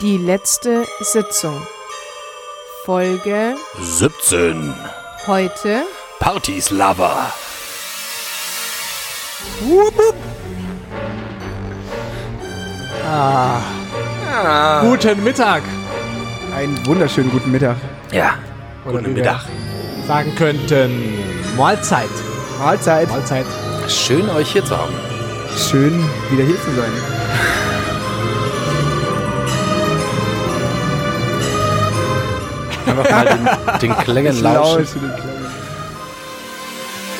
Die letzte Sitzung. Folge 17. heute. Partys Lover. Guten Mittag Einen wunderschönen guten Mittag. Ja. Oder Guten wie wir- Mittag. sagen könnten. Mahlzeit. Mahlzeit. Mahlzeit. Schön euch hier zu haben. Schön, wieder hier zu sein. Einfach mal den, den Klängen lauschen. Lausche den Klang.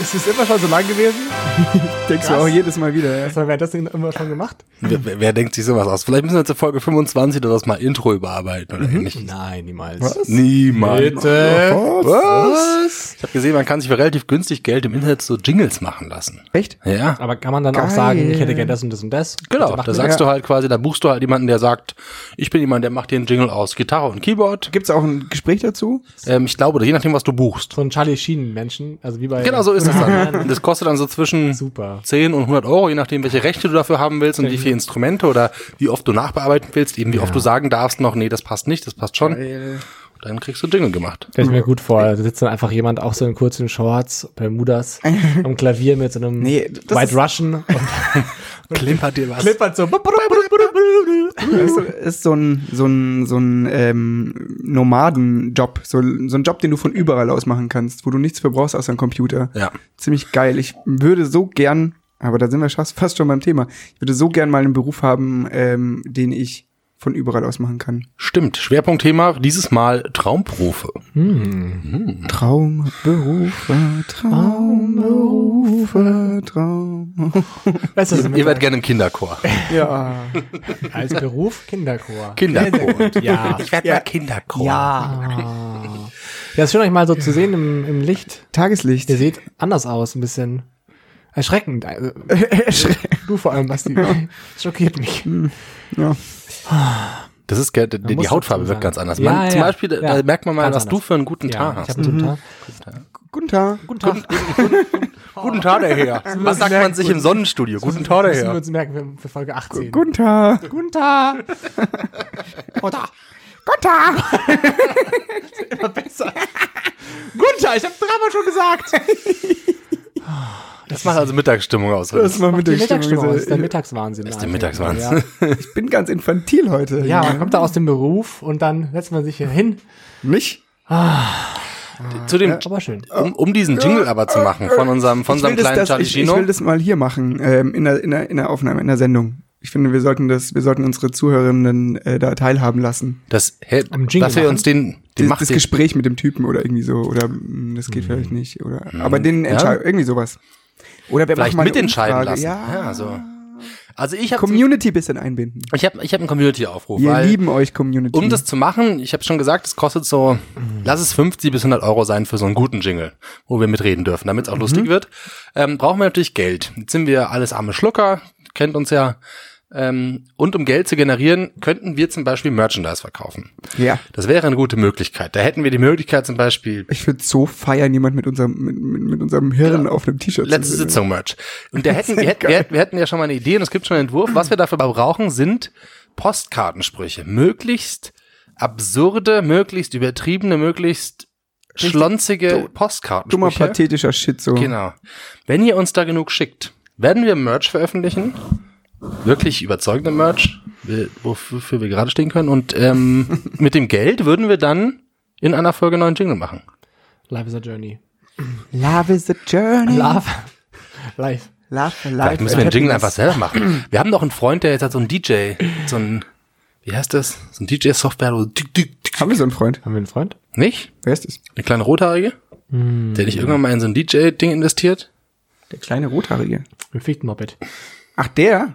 Ist es immer schon so lang gewesen? Denkst du auch jedes Mal wieder, ja? Sondern wer hat das denn immer schon gemacht? Wer, wer- wer denkt sich sowas aus? Vielleicht müssen wir zur Folge 25 oder das mal Intro überarbeiten oder ähnlich. Nein, niemals. Niemand. Bitte. Was? Ich habe gesehen, man kann sich für relativ günstig Geld im Internet so Jingles machen lassen. Echt? Ja. Aber kann man dann auch Geil. sagen, ich hätte gern das und das und das? Genau, Bitte mach da mir sagst Ja. du halt quasi, da buchst du halt jemanden, der sagt, ich bin jemand, der macht dir einen Jingle aus Gitarre und Keyboard. Gibt es auch ein Gespräch dazu? Ähm, ich glaube, je nachdem, was du buchst. so einen Charlie Sheen Menschen, also wie bei Genau so ist es dann. Das kostet dann so zwischen Super. 10 und 100 Euro, je nachdem, welche Rechte du dafür haben willst und wie viele Instrumente oder wie oft du nachbearbeiten willst, eben wie oft du sagen darfst noch, nee, das passt nicht, das passt schon. Dann kriegst du Jingle gemacht. Stell ich mir gut vor, da sitzt dann einfach jemand auch so in kurzen Shorts, Bermudas, am Klavier mit so einem Nee, das White ist- Russian und Klimpert dir was? klippert so. Das ist so ein, so ein, so ein ähm, Nomadenjob. So, so ein Job, den du von überall aus machen kannst, wo du nichts für brauchst außer einen Computer. Ja. Ziemlich geil. Ich würde so gern, aber da sind wir fast fast schon beim Thema. Ich würde so gern mal einen Beruf haben, ähm, den ich von überall aus machen kann. Stimmt. Schwerpunktthema dieses Mal Traumberufe. Traumberufe, Traumberufe, Traum. Weißt du, was ich Ihr meine? werdet gerne im Kinderchor. Ja. als Beruf Kinderchor. Kinderchor. Ja. Ich werde mal Kinderchor. Ja. Ja, ist schön, euch mal so zu sehen im, im Licht. Tageslicht. Ihr seht anders aus, ein bisschen erschreckend. Also, du vor allem, Basti. ne? Schockiert mich. Ja. Das ist ge- die, die, muss Hautfarbe dazu wird sagen. ganz anders. Ja, man, zum ja, Beispiel, da- ja. da merkt man mal, Ganz was du anders. für einen guten Tag Ja, ich hast. habe einen guten Tag. Mhm. Guten Tag. Guten Tag. Guten Tag, der Herr. Was sagt man sich im Sonnenstudio? Guten Tag, der müssen wir Herr. uns merken für, für Folge 18. Guten Tag. Guten Tag. Oder. Guten Tag. Besser. Gunther, ich habe dreimal schon gesagt. Das macht also Mittagsstimmung aus. Das mal mit Die der Mittagsstimmung Stimme. ist der gesagt. Mittagswahnsinn. Der Mittagswahnsinn. Ich bin ganz infantil heute. Ja, man kommt da aus dem Beruf und dann setzt man sich hier hin. Mich? Zu dem, Aber schön. um, um diesen Jingle aber zu machen von unserem, von Ich will, unserem kleinen das, das, Charlie ich, ich Chino. will das mal hier machen, ähm, in, der, in, der, in der Aufnahme, in der Sendung. Ich finde, wir sollten das, wir sollten unsere Zuhörenden äh, da teilhaben lassen. Das, hä, Am Jingle dass wir uns den, den Das, macht das den, Hm. Gespräch mit dem Typen oder irgendwie so. Oder mh, das geht vielleicht nicht. Oder, Aber den Ja. entscheiden, irgendwie sowas. Oder wir vielleicht machen mal eine mitentscheiden Umfrage. lassen. Ja. so. Also ich habe Community bisschen einbinden. ich hab, ich hab einen Community-Aufruf, Wir Oh, weil lieben euch, Community. um das zu machen, ich habe schon gesagt, es kostet so, lass es 50 bis 100 Euro sein für so einen guten Jingle, wo wir mitreden dürfen, damit es Mhm. auch lustig wird. Ähm, brauchen wir natürlich Geld. Jetzt sind wir alles arme Schlucker, kennt uns ja. Ähm, und um Geld zu generieren, könnten wir zum Beispiel Merchandise verkaufen. ja. Das wäre eine gute Möglichkeit. Da hätten wir die Möglichkeit zum Beispiel Ich würde so feiern, jemand mit unserem, mit, mit, mit unserem Hirn auf einem T-Shirt letzte zu sehen. Sitzung Merch. Und da hätten, wir, hätten, wir, hätten- wir hätten ja schon mal eine Idee und es gibt schon einen Entwurf. Was wir dafür aber brauchen, sind Postkartensprüche. Möglichst absurde, möglichst übertriebene, möglichst schlonzige Dummer, Postkartensprüche. pathetischer Shit so. Genau. Wenn ihr uns da genug schickt, werden wir Merch veröffentlichen. Wirklich überzeugende Merch, wir- wofür wir gerade stehen können. Und ähm, mit dem Geld würden wir dann in einer Folge neuen Jingle machen. Life is a journey. Love is a journey. Love. Life. Love for Vielleicht life. müssen wir den Jingle einfach selber machen. Wir haben doch einen Freund, der jetzt hat so einen DJ, so ein, wie heißt das? So ein DJ-Software, wo tick, tick, tick. Haben wir so einen Freund? Haben wir einen Freund? nicht? Wer ist das? Eine kleine Rothaarige, Hm. der nicht irgendwann mal in so ein DJ-Ding investiert. Der kleine Rothaarige. Ein Fichtenmoped. Ach, der?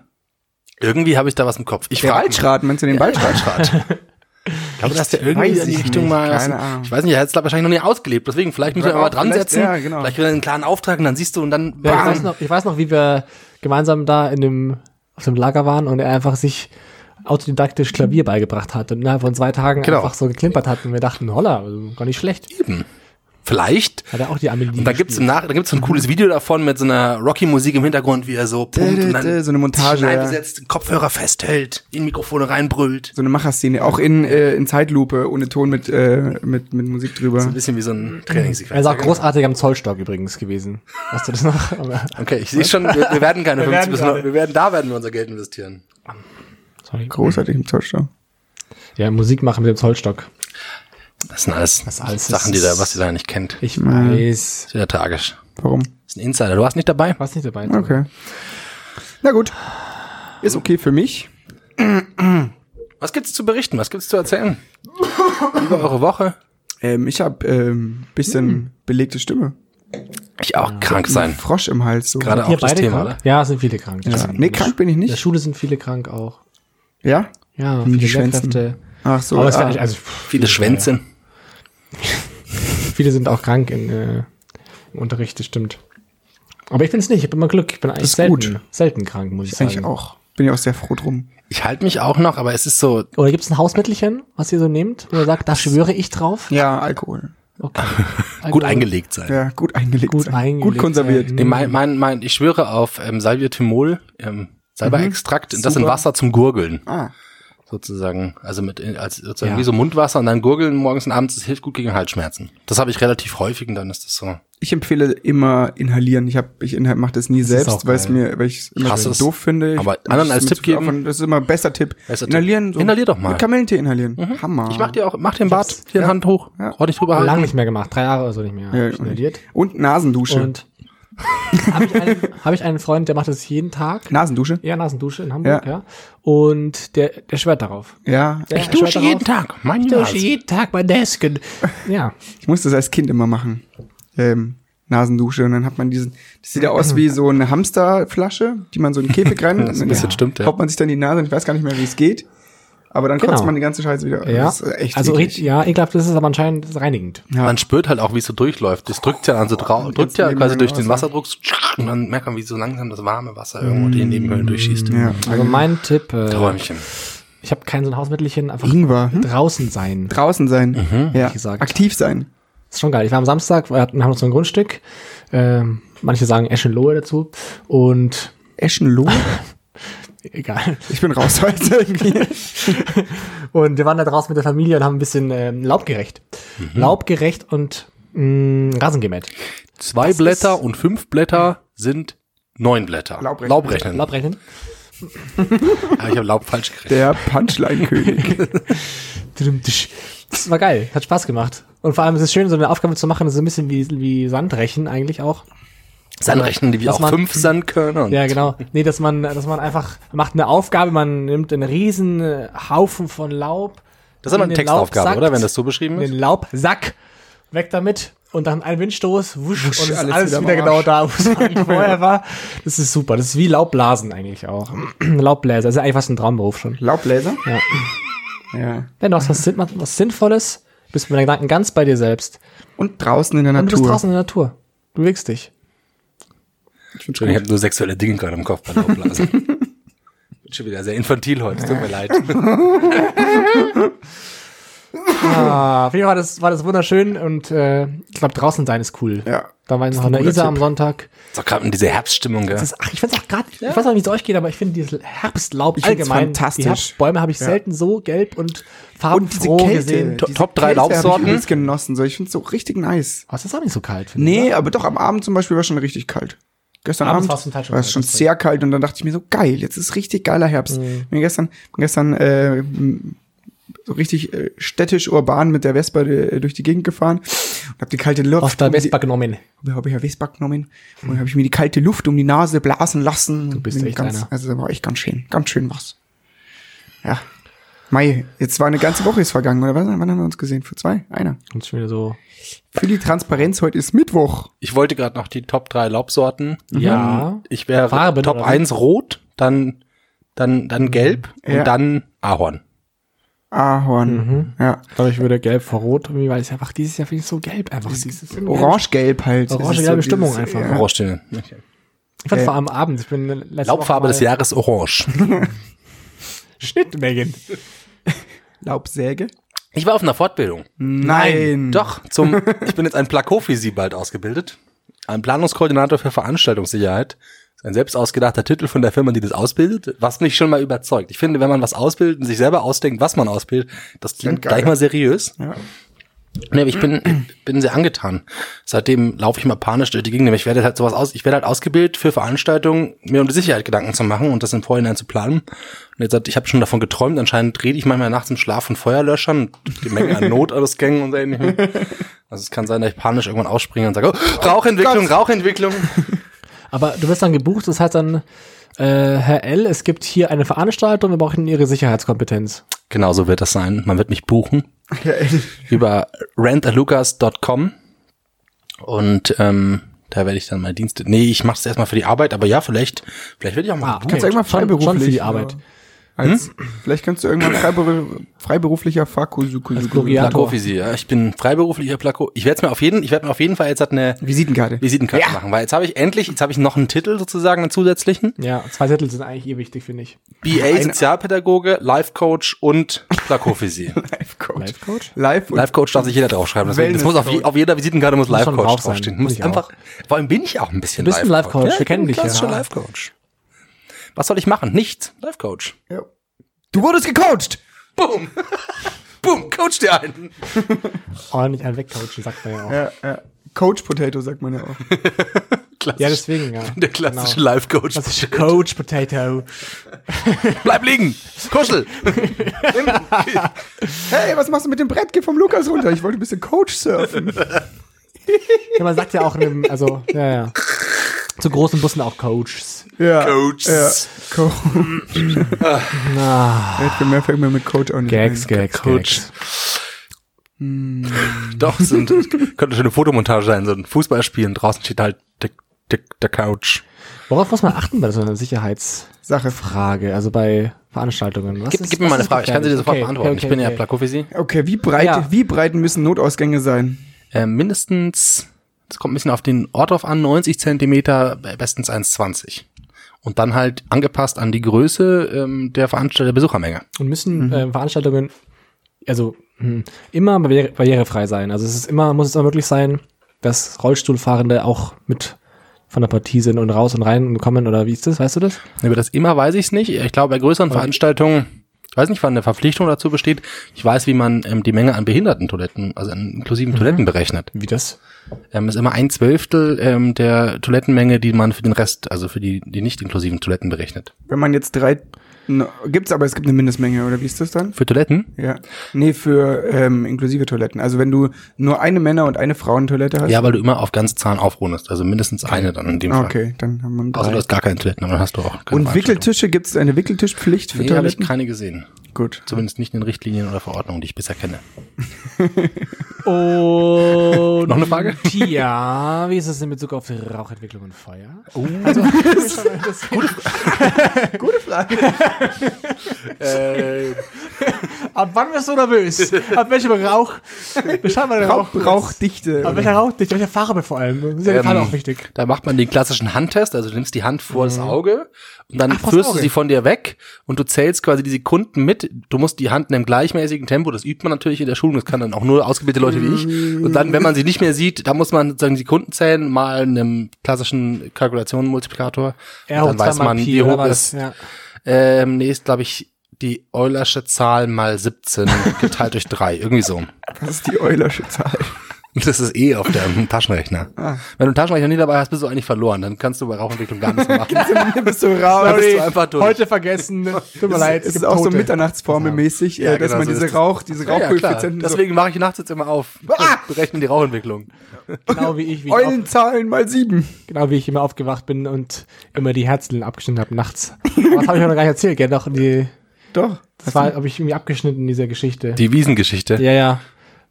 Irgendwie habe ich da was im Kopf. Ich Der frag mich. Waldschrat, meinst du den Waldschrat? Waldschrat. Ich glaube, dass der irgendwie weiß in die ich Richtung nicht. mal. Keine Ahnung. Ich weiß nicht, er hat es wahrscheinlich noch nie ausgelebt, deswegen vielleicht müssen wir Ja, mal dran vielleicht, setzen. ja, genau. Vielleicht wieder einen klaren Auftrag und dann siehst du und dann. Ja, ich, bam. weiß noch, ich weiß noch, wie wir gemeinsam da in dem, auf dem Lager waren und er einfach sich autodidaktisch Klavier beigebracht hat und innerhalb von zwei Tagen Genau. einfach so geklimpert hat und wir dachten, holla, also gar nicht schlecht. Eben. Vielleicht. Hat er auch die Amelie Und da gibt's im Nach da gibt's so ein Mhm. cooles Video davon mit so einer Rocky-Musik im Hintergrund, wie er so pumpt und dann So eine Montage, sich ja. eingesetzt, den Kopfhörer festhält, in Mikrofone reinbrüllt. So eine Macherszene, auch in, äh, in Zeitlupe, ohne Ton mit, äh, mit, mit Musik So drüber. ein bisschen wie so ein Trainingssequenz. Mhm. Er ist auch großartig am Zollstock übrigens gewesen. Hast du das noch? Aber- Okay, ich sehe schon, wir, wir werden keine Wir 50 werden bis 100, gerade- wir werden, da werden wir unser Geld investieren. Sorry. Großartig im Touchdown. Ja, Musik machen mit dem Zollstock. Das sind alles, Das alles Sachen, die da, was ihr da nicht kennt. Ich weiß. ist wieder tragisch. Warum? Das ist ein Insider. Du warst nicht dabei? Warst nicht dabei? Okay. Na gut. Ist okay für mich. Was gibt's zu berichten? Was gibt's zu erzählen? Über eure Woche? Ähm, ich habe ähm, bisschen belegte Stimme. Ich auch krank sein. Frosch im Hals. So. Gerade Ihr auch das beide Thema, krank? oder? Ja, sind viele krank. Ja. Also in Nee, der krank Sch- bin ich In der nicht. Schule sind viele krank auch. Ja? Ja, Hm, viele die schwänzen. Lehrkräfte. Ach so. Aber es ah, kann ich, also pff, Viele Schwänze. viele sind auch krank in, äh, im Unterricht, das stimmt. Aber ich bin's nicht, ich habe immer Glück. Ich bin eigentlich ist selten, gut. selten krank, muss ich sagen. eigentlich auch. Bin ja auch sehr froh drum. Ich halte mich auch noch, aber es ist so, Oder gibt's ein Hausmittelchen, was ihr so nehmt, wo ihr sagt, da schwöre ich drauf? Ja, Alkohol. Okay. Also gut Alkohol. eingelegt sein. Ja, gut eingelegt. Gut sein. eingelegt Gut konserviert. sein. Nee, mein, mein, mein, ich schwöre auf ähm, Salvietimol, ähm, Salbei-Extrakt, und das in Super. Wasser zum Gurgeln, Ah, sozusagen. Also mit in- als sozusagen Ja. wie so Mundwasser und dann gurgeln morgens und abends, das hilft gut gegen Halsschmerzen. Das habe ich relativ häufig und dann ist das so. ich empfehle immer inhalieren. Ich hab, ich mache das nie ist auch selbst, weil es geil. mir, weil ich es immer Krass so ist. doof finde. Ich- Aber anderen ich- als mit Tipp zu viel geben- Aufwand, Das ist immer ein besser Tipp. Besser Tipp. inhalieren. So. Inhalier doch mal. Mhm. Mit Kamillentee inhalieren. Hammer. Ich mach dir auch, mach dir einen Bart, hier eine Hand hoch, Ja. ordentlich drüber Lang halten. nicht mehr gemacht, drei Jahre oder so nicht mehr. Ja, Studiert. Und Nasendusche. Und habe ich, einen- hab ich einen Freund, der macht das jeden Tag. Nasendusche? Ja, Nasendusche in Hamburg, Ja. ja. Und der, der schwört darauf. Ja. Der Ich dusche schwört jeden darauf. Tag, mein Ich Nase. dusche jeden Tag bei Desken. Ja. Ich musste das als Kind immer machen. Ähm, Nasendusche. Und dann hat man diesen, das sieht ja aus wie so eine Hamsterflasche, die man so in den Käfig rein. Das ist ein bisschen stimmt, ja. Haut man sich dann die Nase und ich weiß gar nicht mehr, wie es geht. Aber dann Genau. kotzt man die ganze Scheiße wieder. Ja. Das ist echt also, eklig. richtig, ja, ich glaube, das ist aber anscheinend reinigend. Man spürt halt auch, wie es so durchläuft. Das drückt ja dann so drauf, drückt ja Nebenhöhlen quasi durch den raus, Wasserdruck so und dann merkt man, wie so langsam das warme Wasser irgendwo die Nebenhöhlen durchschießt. Ja. Also, mein Tipp, äh, Träumchen. ich habe kein so ein Hausmittelchen, einfach Ingwer. Hm? draußen sein. Draußen sein. Ja. wie gesagt. Aktiv sein. ist schon geil. Ich war am Samstag, wir hatten, haben uns so ein Grundstück. Ähm, manche sagen Eschenlohe dazu. Und Eschenloh. egal. Ich bin raus heute irgendwie. Und wir waren da draußen mit der Familie und haben ein bisschen ähm, Laub gerecht. Laub gerecht und mh, Rasen gemäht. Zwei Das Blätter ist- und fünf Blätter sind neun Blätter. Laubrechnen. Laubrechnen. Laub rechnen. Aber ich habe Laub falsch gekriegt. Der Punchline-König. Das war geil. Hat Spaß gemacht. Und vor allem ist es schön, so eine Aufgabe zu machen, das ist ein bisschen wie, wie Sandrechen eigentlich auch. Sandrechnen, die wir Dass auch man- fünf Sandkörner und Ja, genau. Nee, dass man, dass man einfach macht eine Aufgabe, man nimmt einen riesen äh, Haufen von Laub. Das ist aber in eine den Textaufgabe, Laubsack, oder? Wenn das so beschrieben in ist. den Laubsack, weg damit und dann ein Windstoß, wusch, und ist alles alles, wieder wieder, am genau Arsch. da, wo es eigentlich vorher war. Das ist super. Das ist wie Laubblasen eigentlich auch. Laubbläser, das ist eigentlich fast ein Traumberuf schon. Laubbläser? Ja. Ja. Wenn du hast was, Sinn- was Sinnvolles, bist du mit deinen Gedanken ganz bei dir selbst. Und draußen in der Und du Natur. bist draußen in der Natur. Du bewegst dich. Ich find's Ich gut. habe nur sexuelle Dinge gerade im Kopf bei Laubblasen. Ich bin schon wieder sehr infantil heute, es tut mir leid. Ah, auf jeden Fall war das, war das wunderschön und äh, ich glaube, draußen sein ist cool. Ja. Da war ich noch an ein der guter Isar am Tipp. Sonntag. So gerade diese Herbststimmung, gell? Das ist, ach, ich find's auch gerade, ich weiß auch nicht, wie es euch geht, aber ich finde dieses Herbstlaub Ich find's allgemein. fantastisch. Die Herbstbäume habe ich selten so gelb und farbenfroh gesehen. To- diese Top drei Kälte hab ich Laubsorten. übelst genossen. So, ich finde so richtig nice. Was Oh, ist auch nicht so kalt, finde Nee, aber doch am Abend zum Beispiel war schon richtig kalt. Gestern Abends Abend war's zum Teil schon war es kalt, schon das sehr kalt und dann dachte ich mir so geil, jetzt ist richtig geiler Herbst. Bin gestern, bin gestern äh, m- so richtig äh, städtisch urban mit der Vespa äh, durch die Gegend gefahren und habe die kalte Luft ich. Auf der um die- Vespa genommen. habe ich ja Vespa genommen und dann habe ich mir die kalte Luft um die Nase blasen lassen. Du Mhm. bist echt ganz, einer. Also war echt ganz schön, ganz schön was. Ja. Mai, jetzt war eine ganze Woche ist vergangen, oder was? Wann haben wir uns gesehen? Für zwei? Einer. Und schon wieder so. Für die Transparenz, heute ist Mittwoch. Ich wollte gerade noch die Top 3 Laubsorten. Mhm. Ja. Ich wäre Farben, Top oder wie? 1 rot, dann, dann, dann gelb Ja. und dann Ahorn. Ahorn. Mhm. Ja. Ich glaube, ich würde gelb vor rot. Irgendwie, weil ich einfach dieses Jahr finde ich so gelb einfach. Dieses Orange-gelb halt. Orange, Es ist gelbe dieses- Stimmung einfach. Ja. Orange. Ich fand Äh, vor allem abends. Ich bin letzte Laubfarbe Woche des Jahres Orange. Schnittmengen. Laubsäge. Ich war auf einer Fortbildung. Nein. Doch, zum, ich bin jetzt ein Plakophisi bald ausgebildet. Ein Planungskoordinator für Veranstaltungssicherheit. Ist ein selbst ausgedachter Titel von der Firma, die das ausbildet, was mich schon mal überzeugt. Ich finde, wenn man was ausbildet und sich selber ausdenkt, was man ausbildet, das klingt geil. gleich mal seriös. Ja. Nee, aber ich bin, bin sehr angetan. Seitdem laufe ich mal panisch durch die Gegend. aber Ich werde halt sowas aus, ich werde halt ausgebildet für Veranstaltungen, mir um die Sicherheit Gedanken zu machen und das im Vorhinein zu planen. Und jetzt hat, ich habe schon davon geträumt, anscheinend rede ich manchmal nachts im Schlaf von Feuerlöschern, die Menge an Notausgängen und so ähnlichem. Also es kann sein, dass ich panisch irgendwann ausspringe und sage, oh, Rauchentwicklung, Rauchentwicklung. Aber du wirst dann gebucht, das heißt dann, äh, Herr L., es gibt hier eine Veranstaltung, wir brauchen Ihre Sicherheitskompetenz. Genau so wird das sein. Man wird mich buchen. über rentalucas.com und ähm, da werde ich dann meine Dienste. Nee, ich mache es erstmal für die Arbeit, aber ja, vielleicht, vielleicht werde ich auch mal. okay. Kannst du irgendwann Schon- freiberuflich. Schon für die ja. Arbeit. Hm? Als, Vielleicht kannst du irgendwann freiberu freiberuflicher Fakusuku. Als Gloriator. Plakofisi, ja. Ich bin freiberuflicher Plako. Ich werde mir auf jeden, ich werde mir auf jeden Fall jetzt halt eine Visitenkarte. Visitenkarte machen, weil jetzt habe ich endlich, jetzt habe ich noch einen Titel sozusagen, einen zusätzlichen. Ja, zwei Zettel sind eigentlich eh wichtig, finde ich. BA Sozialpädagoge, Life Coach und Plakofisi. Life Coach. Life Coach? Live und Life Coach darf sich jeder draufschreiben. Deswegen, das muss auf, je, Wellness-Coach. auf jeder Visitenkarte muss Life schon Coach drauf sein, draufstehen. finde Muss ich einfach. Vor allem bin ich auch ein bisschen. Du bist ein Life Coach, Ja, wir kennen dich, Das ist schon ja. Life Coach. Was soll ich machen? Nichts. Life Coach. Ja. Du wurdest gecoacht! Boom. Boom. Coach dir einen. Ordentlich ein Wegcoachen, sagt man ja auch. Ja, Ja, ja. Coach Potato sagt man ja auch. Klassisch. deswegen, ja. Der klassische Genau. Life Coach. Das ist Coach Potato. Bleib liegen. Kuschel. Hey, was machst du mit dem Brett? Geh vom Lukas runter. Ich wollte ein bisschen Coach surfen. Ja, man sagt ja auch, in einem, also, ja, ja. Zu großen Bussen auch Coaches. Ja. Coach. Ja. Coach. Ah. Mehr fängt mir mit Coach auch nicht ein. Gags, Coach. Doch, sind, könnte schon eine Fotomontage sein, so ein Fußballspiel und draußen steht halt der, der, der Couch. Worauf muss man achten bei so einer Sicherheitsfrage, Sache. also bei Veranstaltungen? Was Gib, ist- gib mir was mal eine ist Frage, ich kann sie dir gefährlich? sofort Okay, beantworten. okay, ich bin ja okay. Plakofisi. Okay, wie breit, Ja. wie breit müssen Notausgänge sein? Äh, mindestens, das kommt ein bisschen auf den Ort drauf an, 90 Zentimeter, bestens 1,20. Und dann halt angepasst an die Größe ähm, der Veranstalter der Besuchermenge. Und Mhm. müssen äh, Veranstaltungen, also hm, immer barriere, barrierefrei sein. Also es ist immer, muss es immer möglich sein, dass Rollstuhlfahrende auch mit von der Partie sind und raus und rein kommen oder wie ist das? Weißt du das? Über das immer weiß ich es nicht. Ich glaube, bei größeren Veranstaltungen, ich weiß nicht, wann eine Verpflichtung dazu besteht. Ich weiß, wie man ähm, die Menge an Behindertentoiletten, also an inklusiven Mhm. Toiletten berechnet. Wie das? Ähm, ist immer ein Zwölftel ähm, der Toilettenmenge, die man für den Rest, also für die, die nicht inklusiven Toiletten berechnet. Wenn man jetzt drei. No, gibt's aber, es gibt eine Mindestmenge, oder wie ist das dann? Für Toiletten? Ja. Nee, für ähm, inklusive Toiletten. Also wenn du nur eine Männer- und eine Frauentoilette hast. Ja, weil du immer auf ganze Zahlen aufrundest. Also mindestens eine dann in dem Fall. Okay, dann haben wir Also drei. du hast gar keine Toiletten, aber dann hast du auch keine und Wickeltische, gibt's eine Wickeltischpflicht für Nee, habe ich Toiletten? keine gesehen. Gut. Zumindest nicht in den Richtlinien oder Verordnungen, die ich bisher kenne. Und Noch eine Frage? ja, wie ist es in Bezug auf Rauchentwicklung und Feuer? Oh. Also, Gute Frage. Äh, Ab wann wirst du nervös? Ab welchem Rauch? Beschreib mal den Rauch, Ab Rauchdichte. welcher Rauchdichte? Welcher Farbe vor allem? Das ist ja die Ähm, Farbe auch wichtig. Da macht man den klassischen Handtest, also du nimmst die Hand vor das Auge und dann Mhm. Ach, vors führst du Auge. sie von dir weg und du zählst quasi die Sekunden mit. Du musst die Hand in einem gleichmäßigen Tempo, das übt man natürlich in der Schule, das kann dann auch nur ausgebildete Leute wie ich. Und dann, wenn man sie nicht mehr sieht, da muss man sozusagen die Sekunden zählen, mal einem klassischen Kalkulationenmultiplikator. R Und dann hoch weiß zwei mal man, Pi, wie oder hoch war ist. das? Ja. Ähm, nee, ist, glaube ich, die Eulersche Zahl mal 17 geteilt durch 3, irgendwie so. Das ist die Eulersche Zahl. Das ist eh auf deinem Taschenrechner. Ah. Wenn du einen Taschenrechner nie dabei hast, bist du eigentlich verloren. Dann kannst du bei Rauchentwicklung gar nichts mehr machen. Genau, bist du raus. Da bist du einfach durch. Heute vergessen. Tut mir leid. Es ist gibt auch so Tote. Mitternachtsformelmäßig, Ja, äh, dass genau man so diese ist das. Rauch, diese Ja, klar. Rauchkoeffizienten so- Deswegen mache ich nachts jetzt immer auf. Ah! Berechnen die Rauchentwicklung. Genau wie ich, wie ich auch Eulenzahlen mal sieben. Genau wie ich immer aufgewacht bin und immer die Herzeln abgeschnitten habe nachts. Aber das habe ich auch noch gar nicht erzählt, gell? Doch, die, Doch. das war, habe ich irgendwie abgeschnitten, diese Geschichte. Die Wiesengeschichte. ja, ja.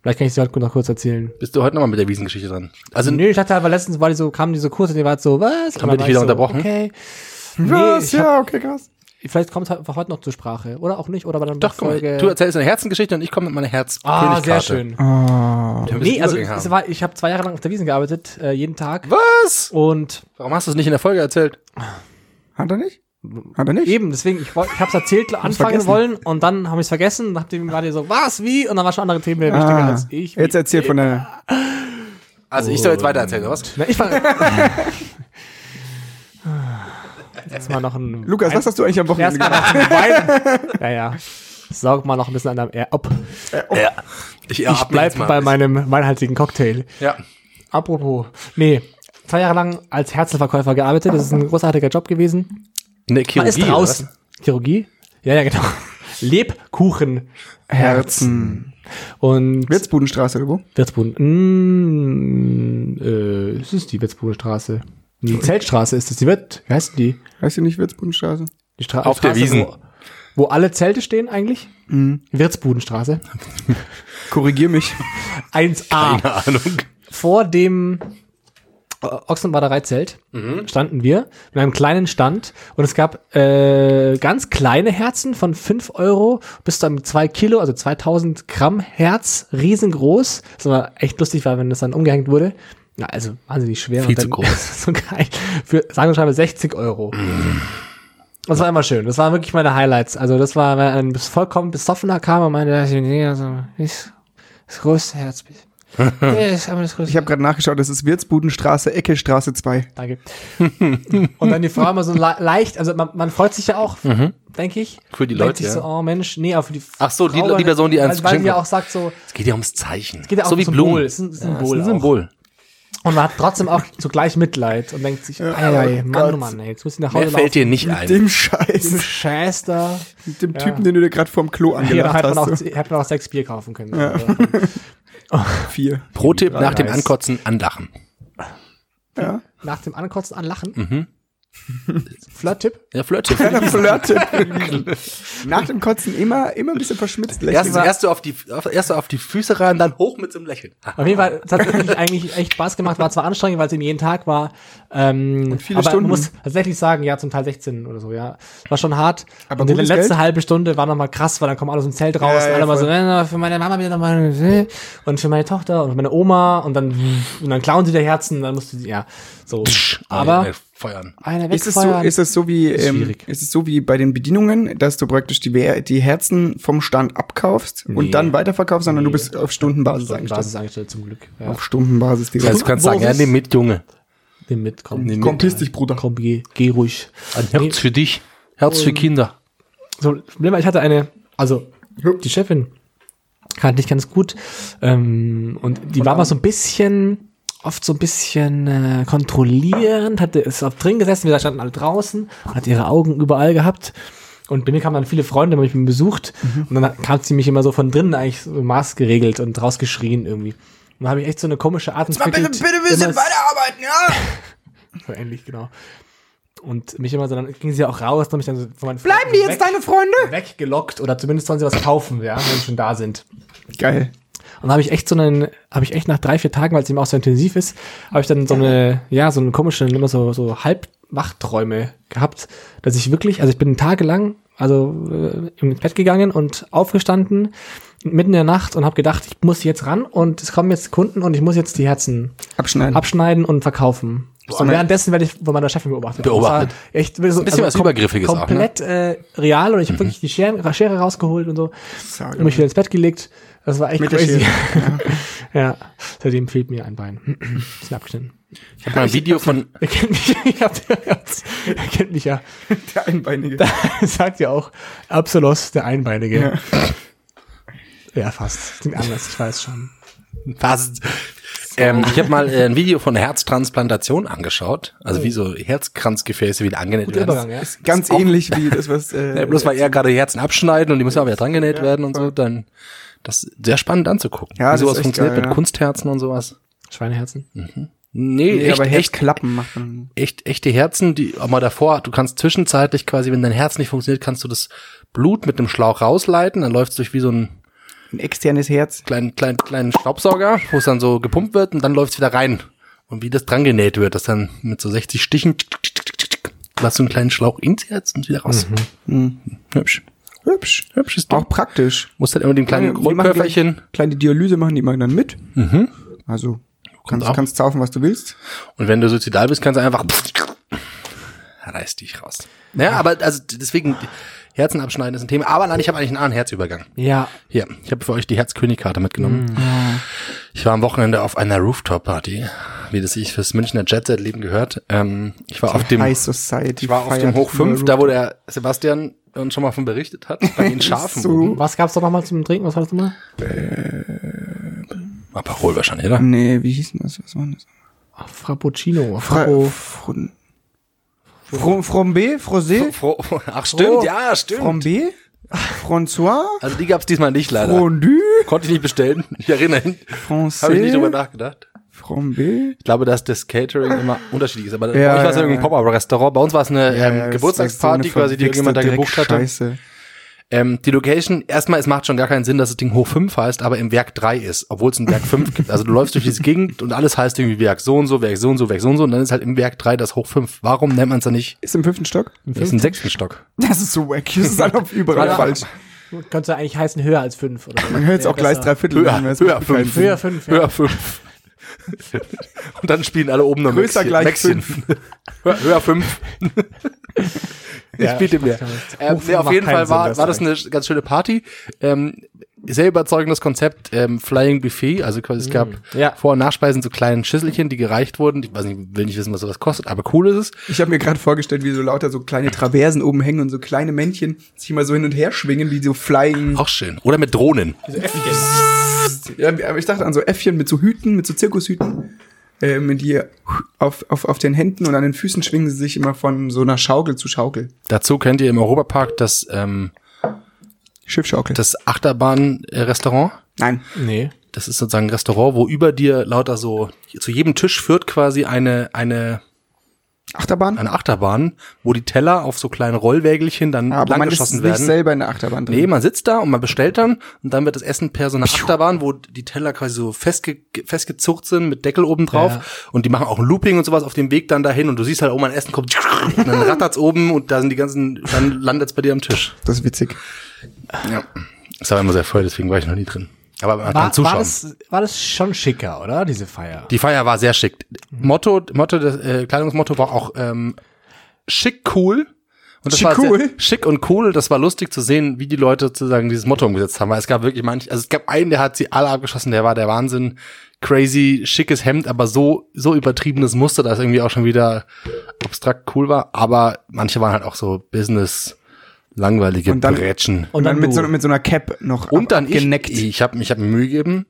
Vielleicht kann ich sie heute noch kurz erzählen. Bist du heute nochmal mit der Wiesengeschichte dran? Also, Nee, ich dachte halt, weil letztens war die so, kam die so kurz und die war halt so, was? Und Haben wir dich wieder dann war ich so, unterbrochen? Okay. Nee, Was? ich hab, ja, okay, krass. Vielleicht kommt es halt heute noch zur Sprache. Oder auch nicht, oder bei der doch, guck mal, Folge- du erzählst eine Herzengeschichte und ich komme mit meiner herz Ah, sehr Königkarte. schön. Wir müssen Nee, also Übergang es haben. war, ich habe zwei Jahre lang auf der Wiesen gearbeitet, äh, jeden Tag. Was? Und Warum hast du es nicht in der Folge erzählt? Hat er nicht? Hat er nicht? Eben, deswegen, ich, woll- ich hab's erzählt, anfangen vergessen. wollen und dann habe ich's vergessen und habt ihr gerade so, was, wie? Und dann war schon andere Themen mehr wichtiger Ah, als ich. jetzt erzähl von der. Also ich soll jetzt weiter erzählen, oder was? Na, ich war. Jetzt mal noch ein. Lukas, was hast du eigentlich am Wochenende Erstmal gemacht? noch ein Wein. Ja, ja. Saug mal noch ein bisschen an deinem Air ab. Ja. Ich, Oh. Ich bleib bei meinem weinhaltigen Cocktail. Ja. Apropos. Nee, zwei Jahre lang als Herzelverkäufer gearbeitet. Das ist ein großartiger Job gewesen. Ne, Man Chirurgie, ist draußen. Chirurgie? Ja, ja, genau. Lebkuchen. Herzen. Und Wirzbudenstraße oder wo? Wirtsbuden. Mm, äh, es ist die Wirtsbudenstraße. Die Zeltstraße ist es. Die Wirt. Wie heißt denn die? Weißt du nicht Wirzbudenstraße? Die Stra Auf der Wiesen. Wo, wo alle Zelte stehen eigentlich? Wirtsbudenstraße. Korrigier mich. 1a. Keine Ahnung. Vor dem äh, Ochsenbadereizelt standen wir mit einem kleinen Stand und es gab äh, ganz kleine Herzen von 5 Euro bis zu einem 2 Kilo, also 2000 Gramm Herz, riesengroß. Das war echt lustig, weil wenn das dann umgehängt wurde, na, also wahnsinnig schwer. Viel und dann, zu groß. so geil. Für, sagen wir schreiben 60 Euro. Das war immer schön. Das waren wirklich meine Highlights. Also das war, wenn ein bis- vollkommen besoffener kam und meinte, das also, ist das größte Herz. bitte. Ja, Ich habe das größte Ich habe gerade nachgeschaut, das ist Wirzbudenstraße, Ecke, Straße 2. Danke. Und dann die Frau immer so le leicht, also man, man freut sich ja auch, denke ich. Mhm. Für die Denkt Leute, sich ja. so, oh Mensch, nee, aber für die Ach so, die- Frau, die Person, die einem weil, weil geschenkt die ja hat. auch sagt so, Es geht ja ums Zeichen. geht ja auch so um wie Symbol. Blumen. Es ist ein Ja, es Symbol ist auch. ein Symbol. und man hat trotzdem auch zugleich Mitleid und denkt sich, ei, ei, Mann, oh Mann, ey, jetzt muss ich nach Hause Mehr fällt dir nicht Mit ein. dem Scheiß. Im Scheiß da. Mit dem Ja. Typen, den du dir gerade vorm Klo Hier, da angelacht hätte man, auch, hast. so. hätte man auch sechs Bier kaufen können. Also, Vier. Pro-Tipp nach dem Reis. Ankotzen anlachen. Ja. Nach dem Ankotzen anlachen. Mhm. Flirt-Tipp. Ja, Flirte. Kleiner Flirte. Nach dem Kotzen immer, immer ein bisschen verschmitzt lächeln. Erst, erst, du auf die, auf- erst du auf die Füße rein, dann hoch mit so einem Lächeln. Ah, Auf jeden Fall es hat wirklich eigentlich echt Spaß gemacht. War zwar anstrengend, weil es eben jeden Tag war. Ähm, Und viele aber Stunden. man muss tatsächlich sagen, ja, zum Teil 16 oder so, ja. War schon hart. Aber Und die gutes letzte Geld? halbe Stunde war nochmal krass, weil dann kommen alle aus dem Zelt raus Ja, ja, und alle mal so, voll. äh, für meine Mama wieder nochmal und für meine Tochter und für meine Oma und dann und dann klauen sie der Herzen, dann musst du die, ja, so. äh, aber feuern. einer Ist es, so, wegfeuern. ist, es so wie, ähm, schwierig. ist es so wie bei den Bedienungen, dass du praktisch die, Wer- die Herzen vom Stand abkaufst Nee. und dann weiterverkaufst, sondern du bist auf Stundenbasis eingestellt? Basis angestellt zum Glück. Ja. Auf Stundenbasis, die Das heißt, du kannst sagen, ja, Boris. nimm mit, Junge. Nimm mit, komm. Nimm Komm, piss dich, Bruder. Komm, geh, geh ruhig. Ein Herz für dich. Herz für Kinder. So, das Problem war, ich hatte eine, also die Chefin kannte ich ganz gut ähm, und die war mal so ein bisschen, oft so ein bisschen äh, kontrollierend, hatte ist auch drin gesessen, wir standen alle draußen, hat ihre Augen überall gehabt und bei mir kamen dann viele Freunde, haben mich besucht Mhm. und dann kam sie mich immer so von drinnen eigentlich so maßgeregelt und rausgeschrien irgendwie. Und dann habe ich echt so eine komische Art und immer- weiterarbeiten, ja! so ähnlich, genau. Und mich immer so, dann ging sie auch raus, dann hab mich dann so von meinen Bleiben die Freunden jetzt deine Freunde? weggelockt oder zumindest sollen sie was kaufen, ja, wenn sie schon da sind. Geil. Und habe ich echt so einen, habe ich echt nach drei, vier Tagen, weil es eben auch so intensiv ist, habe ich dann so eine, ja, so einen komischen, immer so, so Halbwachträume gehabt, dass ich wirklich, also ich bin tagelang, also äh, im Bett gegangen und aufgestanden, mitten in der Nacht und habe gedacht, ich muss jetzt ran und es kommen jetzt Kunden und ich muss jetzt die Herzen Abschneiden. abschneiden und verkaufen. Und ne? währenddessen werde ich von meiner Chefin beobachtet. Beobachtet. Das war Echt, so, ein bisschen was Übergriffiges auch, ne? Komplett äh, real und ich habe wirklich die Schere, Schere rausgeholt und so. Sorry. Und mich wieder ins Bett gelegt. Das war echt Mit der crazy. Schere. ja, seitdem fehlt mir ein Bein. Ist mir abgeschnitten. Ich habe mal ein Video von, Ihr kennt mich, ich hab, ihr kennt mich ja. Der Einbeinige. Sagt ja auch Absolos, der Einbeinige. Ja, fast. Klingt anders, ich weiß schon. Fast. Ähm, ich habe mal äh, ein Video von Herztransplantation angeschaut, also wie so Herzkranzgefäße wieder angenäht Guter werden. Übergang, ja. Ganz ähnlich wie das, was. Äh, Ja, Ne, bloß weil er gerade Herzen abschneiden und die müssen aber wieder dran genäht werden und so, dann das ist sehr spannend anzugucken. Ja, wie das sowas ist echt funktioniert geil, mit ja. Kunstherzen und sowas. Schweineherzen. Nee, nee, echt, aber echt, Herzklappen macht man. echt, echte Herzen, die aber davor, du kannst zwischenzeitlich quasi, wenn dein Herz nicht funktioniert, kannst du das Blut mit einem Schlauch rausleiten, dann läuft's durch wie so einen Ein externes Herz. kleinen, kleinen, kleinen Staubsauger, wo es dann so gepumpt wird und dann läuft's wieder rein. Und wie das dran genäht wird, das dann mit so 60 Stichen tick, tick, tick, tick, tick, tick, lass so einen kleinen Schlauch ins Herz und wieder raus. Mhm. Hübsch. Mhm. Hübsch. Hübsch ist Auch du. praktisch. Musst dann halt immer den kleinen Die machen Grundkörperchen. Mhm. gleich- Kleine Dialyse machen die immer dann mit. Also kannst, auch. kannst zaufen, was du willst. Und wenn du suizidal bist, kannst du einfach reiß dich raus. Ja, aber also deswegen, Herzen abschneiden ist ein Thema. Aber nein, ich habe eigentlich einen anderen Herzübergang. Ja. Hier, ich habe für euch die Herzkönigkarte mitgenommen. Mhm. Ich war am Wochenende auf einer Rooftop-Party, wie das ich fürs Münchner Jet-Set-Leben gehört. Ähm, ich war auf dem, High Society. ich war auf dem Hoch 5, da wo der Sebastian uns schon mal von berichtet hat, bei den Schafen. So. Was gab's da nochmal zum Trinken? Was war das nochmal? Aperol wahrscheinlich, oder? Nee, wie hieß denn das? Was war denn das? Ach, Frappuccino. Fra Frappo. Fron Fro Frombe? Frosé? Fro- Fro- Ach stimmt, Oh, ja, stimmt. Frombe? François? Also die gab es diesmal nicht leider. Fondue? Konnte ich nicht bestellen. Ich erinnere mich. Habe ich nicht drüber Francais? nachgedacht. Frombe? Ich glaube, dass das Catering immer unterschiedlich ist. Aber Ja, bei euch war es ja, irgendwie ein ja. Pop-Up-Restaurant. Bei uns war es eine ähm, das Geburtstagsparty ist so eine quasi, die irgendjemand da verwichste gebucht hatte. Dreckscheiße. Ähm, die Location, erstmal, es macht schon gar keinen Sinn, dass das Ding hoch 5 heißt, aber im Werk 3 ist, obwohl es ein Werk 5 gibt. Also du läufst durch diese Gegend und alles heißt irgendwie Werk so und so, Werk so und so, Werk so und so und dann ist halt im Werk 3 das hoch 5. Warum nennt man es da nicht? Ist im fünften Stock? Das ist ein sechsten Stock. Das ist so wacky. Das ist einfach überall Ja. falsch. Könnte eigentlich heißen höher als fünf. Oder so. Man hört jetzt Wär auch Gleis besser. drei Viertel. Höher, nennen, weil es höher macht keinen fünf. Sinn. Höher fünf. Höher 5. und dann spielen alle oben noch Größer Mäxchen- gleich Mäxchen. Höher, höher 5. ich biete mir. Ähm, nee, auf macht jeden Fall keinen Sinn, war, das war das eine ganz schöne Party. Ähm, sehr überzeugendes Konzept, ähm, Flying Buffet, also quasi es gab Mm, Ja. Vor- und Nachspeisen so kleinen Schüsselchen, die gereicht wurden. Ich weiß nicht, will nicht wissen, was sowas kostet, aber cool ist es. Ich habe mir gerade vorgestellt, wie so lauter so kleine Traversen oben hängen und so kleine Männchen sich mal so hin und her schwingen, wie so flying. Auch schön. Oder mit Drohnen. Ja, aber ich dachte an so Äffchen mit so Hüten, mit so Zirkushüten, äh, mit die auf, auf, auf den Händen und an den Füßen schwingen sie sich immer von so einer Schaukel zu Schaukel. Dazu kennt ihr im Europapark das, ähm, Schiffschaukel. das äh, Achterbahn-Restaurant. Nein. Nee. Das ist sozusagen ein Restaurant, wo über dir lauter so, zu jedem Tisch führt quasi eine, eine, Achterbahn? eine Achterbahn, wo die Teller auf so kleinen Rollwägelchen dann aber man ist langgeschossen nicht werden. selber in der Achterbahn drin. Nee, man sitzt da und man bestellt dann und dann wird das Essen per so einer Achterbahn, wo die Teller quasi so festge festgezucht sind mit Deckel oben drauf Ja. und die machen auch ein Looping und sowas auf dem Weg dann dahin und du siehst halt, oh mein Essen kommt und dann rattert's oben und da sind die ganzen, dann landet's bei dir am Tisch. Das ist witzig. Das war immer sehr voll, deswegen war ich noch nie drin. Aber man kann War, war, zuschauen. das, war das schon schicker, oder? Diese Feier. Die Feier war sehr schick. Motto, Motto, das äh, Kleidungsmotto war auch ähm, schick cool. Und das Schick war cool? Sehr, schick und cool. Das war lustig zu sehen, wie die Leute sozusagen dieses Motto umgesetzt haben. Weil es gab wirklich manche, also es gab einen, der hat sie alle abgeschossen, der war der Wahnsinn. Crazy, schickes Hemd, aber so, so übertriebenes Muster, dass irgendwie auch schon wieder abstrakt cool war. Aber manche waren halt auch so Business, langweilige Und dann- Bretschen. Und dann, mit, so, du. mit so einer Cap noch Und dann ich, geneckt. ich habe ich hab mir Mühe gegeben.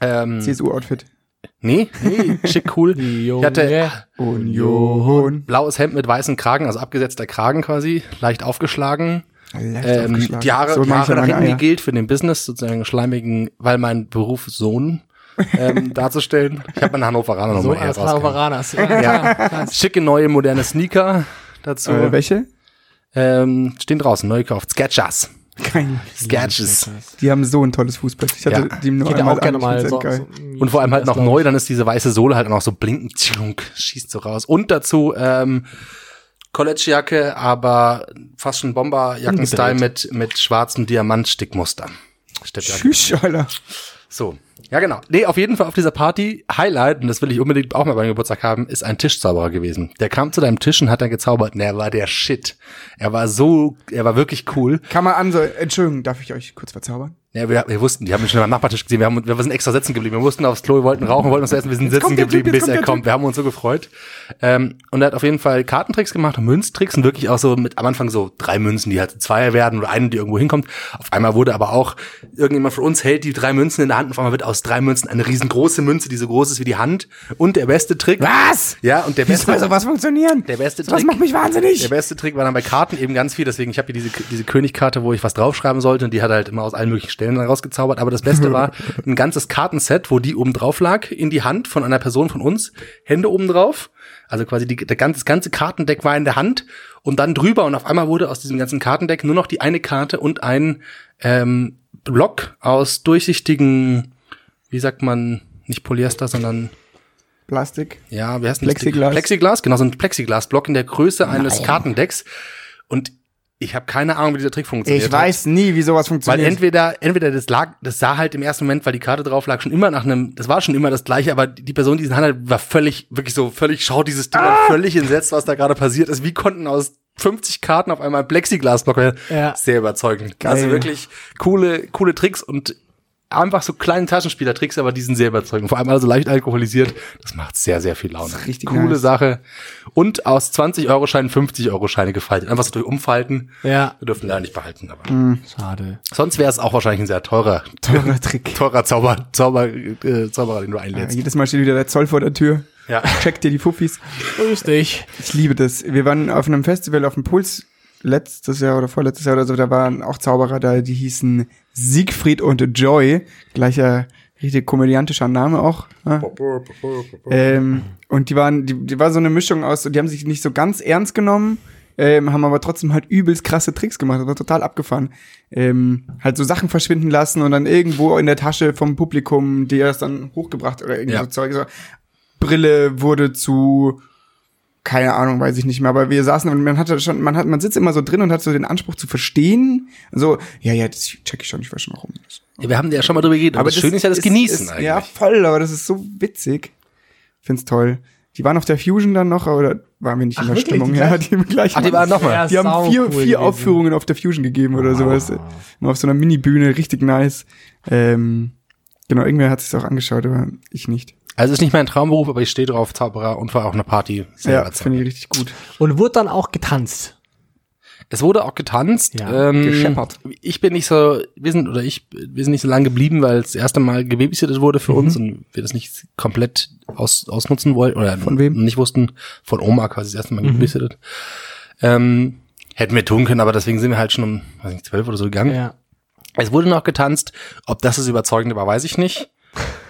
Ähm, CSU-Outfit. nee, nee, schick cool. Ich hatte, Union. blaues Hemd mit weißem Kragen, also abgesetzter Kragen quasi, leicht aufgeschlagen. Leicht Ähm, aufgeschlagen. die Haare, so die Haare nach hinten gegeben. gegelt für den Business, sozusagen schleimigen, weil mein Beruf Sohn ähm, darzustellen. Ich habe meine Hannoveraner so nochmal als herausgekommen. Haroveranas. Ja, Ja, schicke neue moderne Sneaker dazu. Äh, welche? ähm, stehen draußen, neu gekauft. Sketchers. Kein. Sketches. Die haben so ein tolles Fußbett. Ich hatte Ja. die nur Ich hätte einmal auch gerne an. Ich mal find's so, echt geil. Und vor allem halt noch neu, dann ist diese weiße Sohle halt auch noch so blinkend, tschunk, schießt so raus. Und dazu ähm, Collegejacke, aber fast schon Bomberjacken-Style mit, mit schwarzem Diamantstickmuster. Steppjacke. Tschüss, Alter. So. Ja, genau. Nee, auf jeden Fall auf dieser Party, Highlight, und das will ich unbedingt auch mal beim Geburtstag haben, ist ein Tischzauberer gewesen. Der kam zu deinem Tisch und hat dann gezaubert. Und er war der Shit. Er war so, er war wirklich cool. Kann man an so, Entschuldigung, darf ich euch kurz verzaubern? Ja, wir, wir wussten, die haben uns schon am Nachbartisch gesehen, wir, haben, wir sind extra sitzen geblieben. Wir mussten aufs Klo, wir wollten rauchen, wollten was essen, wir sind sitzen kommt der Typ, geblieben, bis jetzt kommt er der kommt. Wir haben uns so gefreut. Ähm, und er hat auf jeden Fall Kartentricks gemacht und Münztricks und wirklich auch so mit am Anfang so drei Münzen, die halt zwei werden oder eine, die irgendwo hinkommt. Auf einmal wurde aber auch, irgendjemand von uns hält die drei Münzen in der Hand und auf einmal wird aus drei Münzen eine riesengroße Münze, die so groß ist wie die Hand. Und der beste Trick. Was? Ja, und der Wie beste soll sowas funktionieren? Der beste Sowas Trick- macht mich wahnsinnig. der beste Trick war dann bei Karten eben ganz viel, deswegen ich habe hier diese, diese Königkarte, wo ich was draufschreiben sollte und die hat er halt immer aus allen möglichen Stellen dann rausgezaubert. Aber das Beste war ein ganzes Kartenset, wo die oben drauf lag, in die Hand von einer Person von uns, Hände oben drauf. Also quasi die, der ganze, das ganze Kartendeck war in der Hand und dann drüber und auf einmal wurde aus diesem ganzen Kartendeck nur noch die eine Karte und ein ähm, Block aus durchsichtigen, wie sagt man, nicht Polyester, sondern Plastik. ja, wie heißt denn Plexiglas. Das? Plexiglas, genau, so ein Plexiglasblock in der Größe eines Kartendecks. Und Ich habe keine Ahnung, wie dieser Trick funktioniert. Ich hat. weiß nie, wie sowas Weil funktioniert. entweder, entweder das lag, das sah halt im ersten Moment, weil die Karte drauf lag, schon immer nach einem, das war schon immer das gleiche, aber die Person, die es in der Hand hat, war völlig, wirklich so, völlig schaut dieses Ding an, Ah! völlig entsetzt, was da gerade passiert ist. Wie konnten aus 50 Karten auf einmal Plexiglasblock werden? Ja. Sehr überzeugend. Geil. Also wirklich coole, coole Tricks und einfach so kleine Taschenspielertricks, aber die sind sehr überzeugend. Vor allem also leicht alkoholisiert. Das macht sehr, sehr viel Laune. Das ist richtig coole nice. Sache. Und aus 20 Euro Scheinen 50 Euro Scheine gefaltet. Einfach so durch umfalten. Ja. Wir dürfen leider nicht behalten, aber. Schade. Sonst wäre es auch wahrscheinlich ein sehr teurer, Teurer Trick. teurer Zauber, Zauber, äh, Zauberer, den du einlädst. Jedes Mal steht wieder der Zoll vor der Tür. Ja. Checkt dir die Fuffis. Grüß dich. Ich liebe das. Wir waren auf einem Festival auf dem Puls letztes Jahr oder vorletztes Jahr oder so, da waren auch Zauberer da, die hießen Siegfried und Joy. Gleicher richtig komödiantischer Name auch. ne? Ähm, und die waren, die, die war so eine Mischung aus, die haben sich nicht so ganz ernst genommen, ähm, haben aber trotzdem halt übelst krasse Tricks gemacht, das war total abgefahren. Ähm, halt so Sachen verschwinden lassen und dann irgendwo in der Tasche vom Publikum, die das dann hochgebracht oder irgendwie Ja. so Zeug. So. Brille wurde zu keine Ahnung, weiß ich nicht mehr, aber wir saßen und man hatte schon, man hat, man sitzt immer so drin und hat so den Anspruch zu verstehen. So, ja, ja, das check ich schon, ich weiß schon warum. Ja, wir haben ja schon mal drüber geredet. Aber, das, Schöne ist ja das Genießen ist- eigentlich. Ja, voll, aber das ist so witzig. Find's toll. Die waren auf der Fusion dann noch, oder waren wir nicht in der wirklich? Stimmung? Die ja, gleichen? die im gleichen. Ach, die waren noch mal. Die haben vier, vier Aufführungen auf der Fusion gegeben oder sowas. Nur auf so einer Mini-Bühne, richtig nice. Ähm, genau, irgendwer hat sich's auch angeschaut, aber ich nicht. Also ist nicht mein Traumberuf, aber ich stehe drauf, Zauberer und war auch eine Party. Sehr Ja, das überzeugend. finde ich richtig gut. Und wurde dann auch getanzt. Es wurde auch getanzt. Ja, ähm, gescheppert. Ich bin nicht so, wir sind, oder ich, wir sind nicht so lange geblieben, weil das erste Mal gebabysittet wurde für uns und wir das nicht komplett aus, ausnutzen wollten oder Von wem? nicht wussten, von Oma quasi das erste Mal gebabysittet. Ähm, hätten wir tun können, aber deswegen sind wir halt schon um, weiß nicht, zwölf oder so gegangen. Ja. Es wurde noch getanzt. Ob das das Überzeugende war, weiß ich nicht.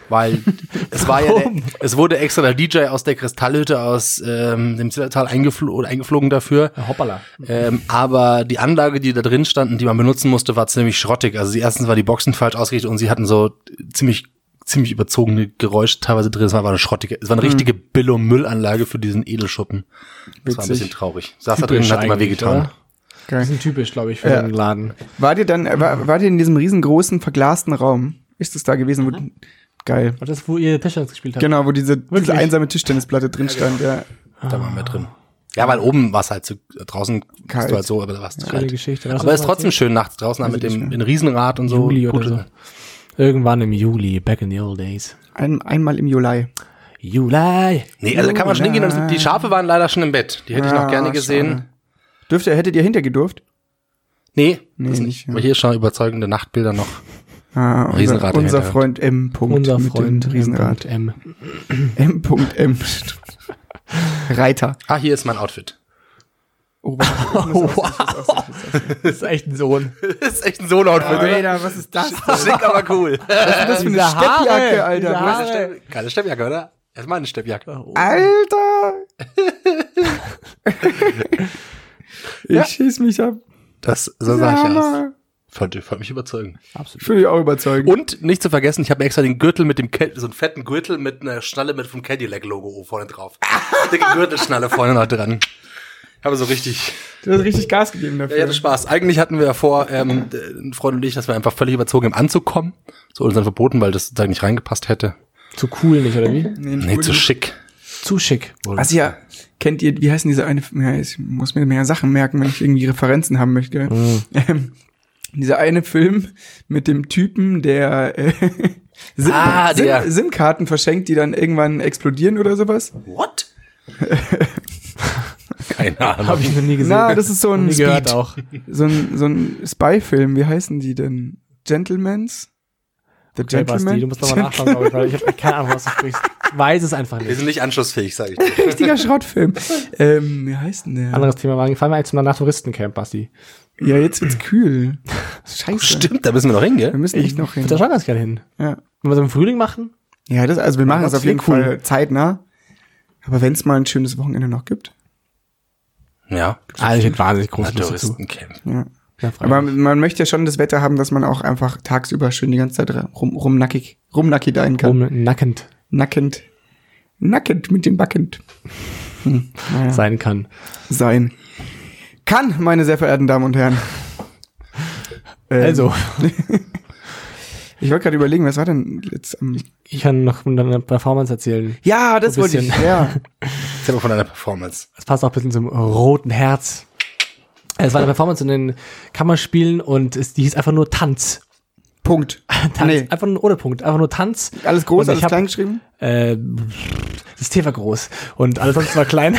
Weil es war ja, der, Warum? es wurde extra der DJ aus der Kristallhütte aus ähm, dem Zillertal eingeflo oder eingeflogen dafür. Hoppala. Ähm, aber die Anlage, die da drin standen, die man benutzen musste, war ziemlich schrottig. Also die erstens war die Boxen falsch ausgerichtet und sie hatten so ziemlich ziemlich überzogene Geräusche teilweise drin. Es war aber eine schrottige, es war eine richtige Billo-Müllanlage für diesen Edelschuppen. Das war ein bisschen Witzig. traurig. Saß da drin und hat immer wehgetan. Geil. Das ist typisch, glaube ich, für Ja. den Laden. War dir dann, äh, war, war dir in diesem riesengroßen, verglasten Raum? Ist es da gewesen, wo, geil. War das, wo ihr Tischtennis gespielt habt? Genau, wo diese, diese Wirklich? einsame Tischtennisplatte drin stand, ja. genau. Da waren wir drin. Ja, weil oben war es halt zu, draußen Kalt. bist du halt so, aber da war es zu Schöne kalt. Geschichte. Hast du Aber es das ist mal trotzdem schön nachts draußen mit ich dem in Riesenrad und so. Juli oder Gut. so. Irgendwann im Juli, back in the old days. Ein, einmal im Juli. Juli. Nee, also da kann man schon hingehen und es- die Schafe waren leider schon im Bett. Die hätte ich Ah, noch gerne gesehen. Dürft ihr, hättet ihr hintergedurft? Nee, Nee, das nicht, nicht. ja. Aber hier schon überzeugende Nachtbilder noch. Ah, unser, Riesenrad im unser Hintergrad. Freund M. Punkt Unser mit dem Freund äh, Riesenrad. M. M. Punkt M. Reiter. Ah, hier ist mein Outfit. Oh, wow. Das ist echt ein Sohn. Das ist echt ein Solo-Outfit, Alter, was ist das? oder? Schick, aber cool. Das ist eine Diese Haare, Steppjacke, Alter. diese Was ist Haare. das? Geile Steppjacke, oder? Erstmal eine Steppjacke. Oh. Alter! ich schieß mich ab. Das, so sah ich aus. Wollte wollte mich überzeugen. Ich würde dich auch überzeugen. Und nicht zu vergessen, ich habe mir extra den Gürtel mit dem Kel so einen fetten Gürtel mit einer Schnalle mit vom Cadillac Logo vorne drauf. Dicke Gürtelschnalle vorne noch dran. Ich habe so richtig. Du hast richtig Gas gegeben dafür. Ja, ich hatte Spaß. Eigentlich hatten wir ja vor, ähm, d- ein Freund und ich, dass wir einfach völlig überzogen im Anzug kommen. So uns dann verboten, weil das sozusagen nicht reingepasst hätte. Zu cool nicht, oder wie? Nee, Nee, cool. zu schick. Zu schick. Was ja, kennt ihr, wie heißen diese eine, ja, ich muss mir mehr Sachen merken, wenn ich irgendwie Referenzen haben möchte. Mhm. Ähm, dieser eine Film mit dem Typen, der äh, SIM, Ah, der- SIM, SIM-Karten verschenkt, die dann irgendwann explodieren oder sowas. What? Keine Ahnung. Habe ich noch nie gesehen. Na, das ist so ein, nie gehört Speed, auch. so ein, so ein Spy-Film. Wie heißen die denn? Gentleman's? The Okay, Basti, du musst nochmal nachschauen, glaube ich, weil ich habe keine Ahnung, was du sprichst. Ich Weiß es einfach Wir nicht. sind nicht anschlussfähig, sage ich dir. Richtiger Schrottfilm. ähm, wie heißt denn der? Anderes Thema war gefallen mir eigentlich zum Naturistencamp, Basti. Ja, jetzt wird's kühl. Scheiße. Stimmt, da müssen wir noch hin, Wir gell? müssen echt noch hin. Da schauen wir uns gerne hin. Ja. Wenn wir so im Frühling machen? Ja, das, also wir machen Ja, es das auf jeden wär cool. Fall zeitnah. Aber wenn es mal ein schönes Wochenende noch gibt. Ja. Ah, ich hätte wahnsinnig groß Lust dazu. Naturistencamp. Ja. Ja, Aber freilich. man möchte ja schon das Wetter haben, dass man auch einfach tagsüber schön die ganze Zeit rum, rumnackig, rumnackig dahin kann. um nackend Nackend. Nackend mit dem Backend. Hm, naja. sein kann. Sein. kann, meine sehr verehrten Damen und Herren. Ähm, Also, Ich wollte gerade überlegen, was war denn jetzt am. ich kann noch von deiner Performance erzählen. Ja, das So ein wollte ich. bisschen. Ja. Erzähl mal von deiner Performance. Das passt auch ein bisschen zum roten Herz. Äh, Es war eine Performance in den Kammerspielen und es, die hieß einfach nur Tanz. Punkt. Tanz. Nee. Einfach nur ohne Punkt. Einfach nur Tanz. Alles groß, Und ich alles hab- klein geschrieben? Äh, das T war groß und alles sonst war klein.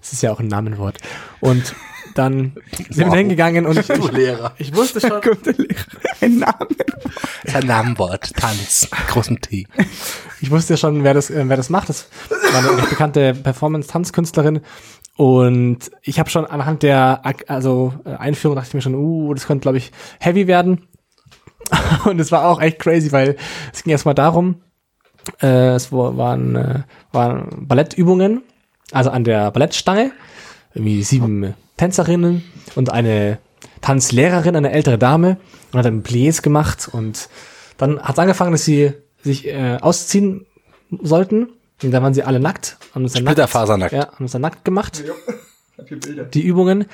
Es ist ja auch ein Namenwort. Und dann sind Wow. wir hingegangen und ich, Du Lehrer. ich wusste schon, Kommt der Lehrer. Ein Name. Das ist ein Namenwort. Tanz. Großen T. ich wusste ja schon, wer das, äh, wer das macht. Das war eine recht bekannte Performance-Tanzkünstlerin. Und ich habe schon anhand der Ak- also äh, Einführung dachte ich mir schon, uh, das könnte, glaube ich, heavy werden. Und es war auch echt crazy, weil es ging erstmal darum, äh, es wa- waren, äh, waren Ballettübungen, also an der Ballettstange, irgendwie sieben äh, Tänzerinnen und eine Tanzlehrerin, eine ältere Dame, und hat dann Pliés gemacht und dann hat es angefangen, dass sie sich äh, ausziehen sollten. Und dann waren sie alle nackt. Haben uns dann Splitterfasernackt. Nackt, ja, haben uns dann nackt gemacht, die Übungen.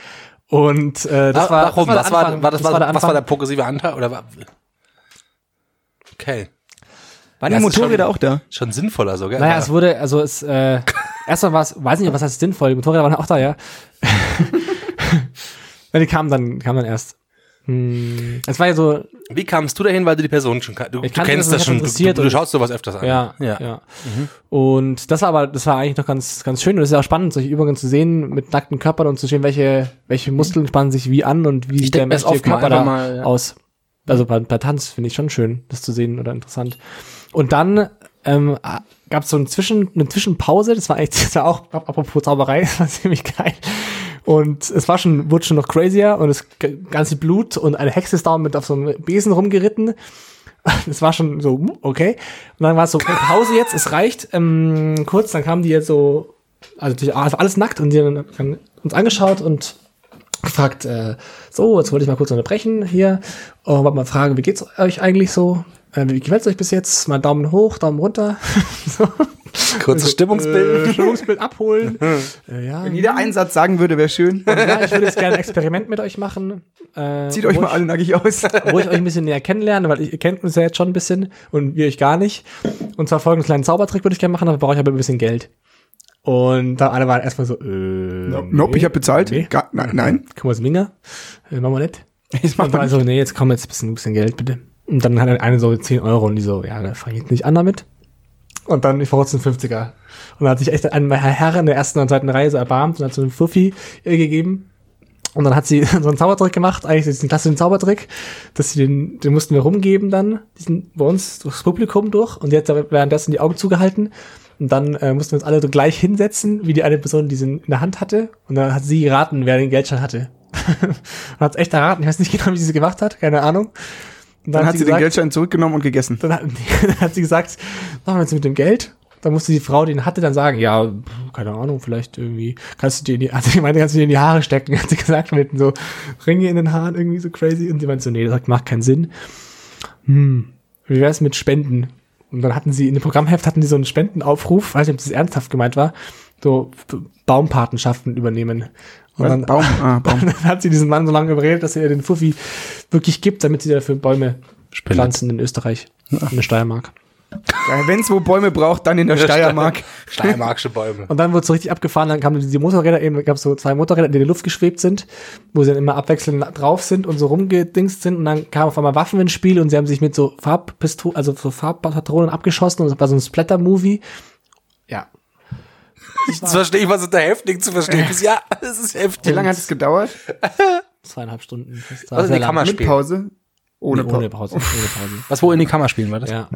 Und äh, das, Ah, war, Warum? das Was war der war, Anfang. war, das, das war der was war Anfang. der progressive Anteil? Oder war, okay. Waren Ja, die es ist Motorräder schon- auch da? Schon sinnvoller sogar. Naja, es wurde, also es, äh, erstmal war es, weiß nicht, was heißt sinnvoll, die Motorräder waren auch da, ja. ja die kamen dann, kamen dann erst. Hm, es war ja so, Wie kamst du dahin, weil du die Person schon kan- du, du Ich kannte kennst das, das schon, mich hat du, du, interessiert du und- schaust sowas öfters an. ja, ja. Mhm. Und das war aber, das war eigentlich noch ganz, ganz schön und es ist auch spannend, solche Übungen zu sehen mit nackten Körpern und zu sehen, welche, welche Muskeln spannen sich wie an und wie sieht der denk mir das menschliche oft mal Körper einfach da mal, ja. aus. Also bei, bei Tanz finde ich schon schön, das zu sehen oder interessant. Und dann ähm, gab es so ein Zwischen, eine Zwischenpause, das war eigentlich das war auch apropos Zauberei, das war ziemlich geil. Und es war schon, wurde schon noch crazier und das g- ganze Blut und eine Hexe ist da mit auf so einem Besen rumgeritten. Das war schon so, hm, okay. Und dann war es so, okay, Pause jetzt, es reicht. Ähm, kurz, dann kamen die jetzt so, also natürlich also alles nackt und die haben dann uns angeschaut und gefragt, äh, so, jetzt wollte ich mal kurz unterbrechen hier und wollte mal fragen, wie geht's euch eigentlich so? Äh, wie gefällt's euch bis jetzt? Mal Daumen hoch, Daumen runter. so, Kurzes Stimmungsbild. äh, Stimmungsbild abholen. äh, ja. Wenn jeder einen Satz sagen würde, wäre schön. ja, ich würde jetzt gerne ein Experiment mit euch machen. Äh, Zieht euch wo mal ich- alle nackig aus. wo ich euch ein bisschen näher kennenlerne, weil ich, ihr kennt uns ja jetzt schon ein bisschen und wir euch gar nicht. Und zwar folgenden kleinen Zaubertrick würde ich gerne machen, dafür brauche ich aber ein bisschen Geld. Und da alle waren erstmal so, äh, nope, Nope, ich habe bezahlt. Nee. Gar, nein, nein. Guck mal, Minga, äh, machen wir nicht. Das macht Und man also, nee, jetzt komm, jetzt ein bisschen, ein bisschen Geld, bitte. Und dann hat eine so 10 Euro und die so, ja, da fange ich jetzt nicht an damit. Und dann, ich brauche jetzt einen 50er. Und dann hat sich echt ein Herr in der ersten und zweiten Reihe so erbarmt und hat so einen Fuffi ihr gegeben. Und dann hat sie so einen Zaubertrick gemacht, eigentlich diesen klassischen Zaubertrick, dass sie den, den mussten wir rumgeben dann, diesen bei uns durchs Publikum durch und die hat dabei währenddessen die Augen zugehalten. Und dann äh, mussten wir uns alle so gleich hinsetzen, wie die eine Person diesen in der Hand hatte. Und dann hat sie geraten, wer den Geldschein hatte. und hat es echt erraten. Ich weiß nicht genau, wie sie es gemacht hat, keine Ahnung. Und Dann hat sie den gesagt- Geldschein zurückgenommen und gegessen. dann hat, dann hat sie gesagt, was machen wir jetzt mit dem Geld? Dann musste die Frau, die ihn hatte, dann sagen, ja, pf, keine Ahnung, vielleicht irgendwie, kannst du dir in die, hat sie gemeint, kannst du dir in die Haare stecken, hat sie gesagt, mit so Ringe in den Haaren, irgendwie so crazy. Und sie meinte so, nee, das macht keinen Sinn. Hm, wie wär's mit Spenden? Und dann hatten sie, in dem Programmheft hatten die so einen Spendenaufruf, weiß nicht, ob das ernsthaft gemeint war, so Baumpatenschaften übernehmen. Und Was? dann, Baum, ah, Baum. dann hat sie diesen Mann so lange überredet, dass er ihr den Fuffi wirklich gibt, damit sie dafür Bäume Spendet. pflanzen in Österreich, in der Steiermark. Wenn es wo Bäume braucht, dann in der Steiermark. Steiermarkische Bäume. Und dann wurde es so richtig abgefahren, dann kamen diese Motorräder eben, gab es so zwei Motorräder, die in die Luft geschwebt sind, wo sie dann immer abwechselnd na- drauf sind und so rumgedingst sind und dann kamen auf einmal Waffen ins Spiel und sie haben sich mit so Farbpistolen, also so Farbpatronen abgeschossen und es war so ein Splatter-Movie. Ja. Ich verstehe ich, was unter heftig zu verstehen ist. Ja, es ist heftig. Wie lange hat es gedauert? Zweieinhalb Stunden. Das war Was in sehr die lang. Kammer Mit spielen? Pause? Ohne, Nee, ohne Pause. Pause. Ohne Pause. Was, wo in die Kammer spielen war das? Ja.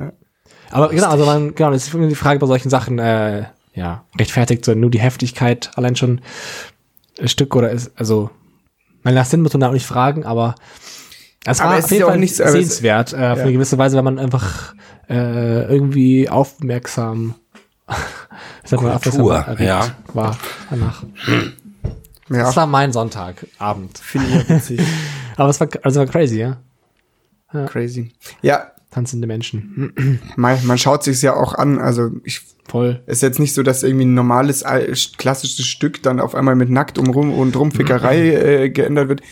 Aber genau, also man, genau, das ist immer die Frage bei solchen Sachen, äh, ja, rechtfertigt so nur die Heftigkeit allein schon ein Stück oder ist, also, man nach Sinn muss man da auch nicht fragen, aber es Aber war es auf ist jeden ja auch Fall nichts- aber es- sehenswert, äh, auf ja. eine gewisse Weise, wenn man einfach äh, irgendwie aufmerksam, ich sag mal, Kultur, erregt ja. war danach. Ja, Das war mein Sonntagabend. finde ich ja witzig. Aber es war, also war crazy, ja. Crazy. Ja, tanzende Menschen. Hm. Man, man schaut sich's ja auch an. Also ich Voll. ist jetzt nicht so, dass irgendwie ein normales al- klassisches Stück dann auf einmal mit nackt um rum und Rumfickerei äh, geändert wird,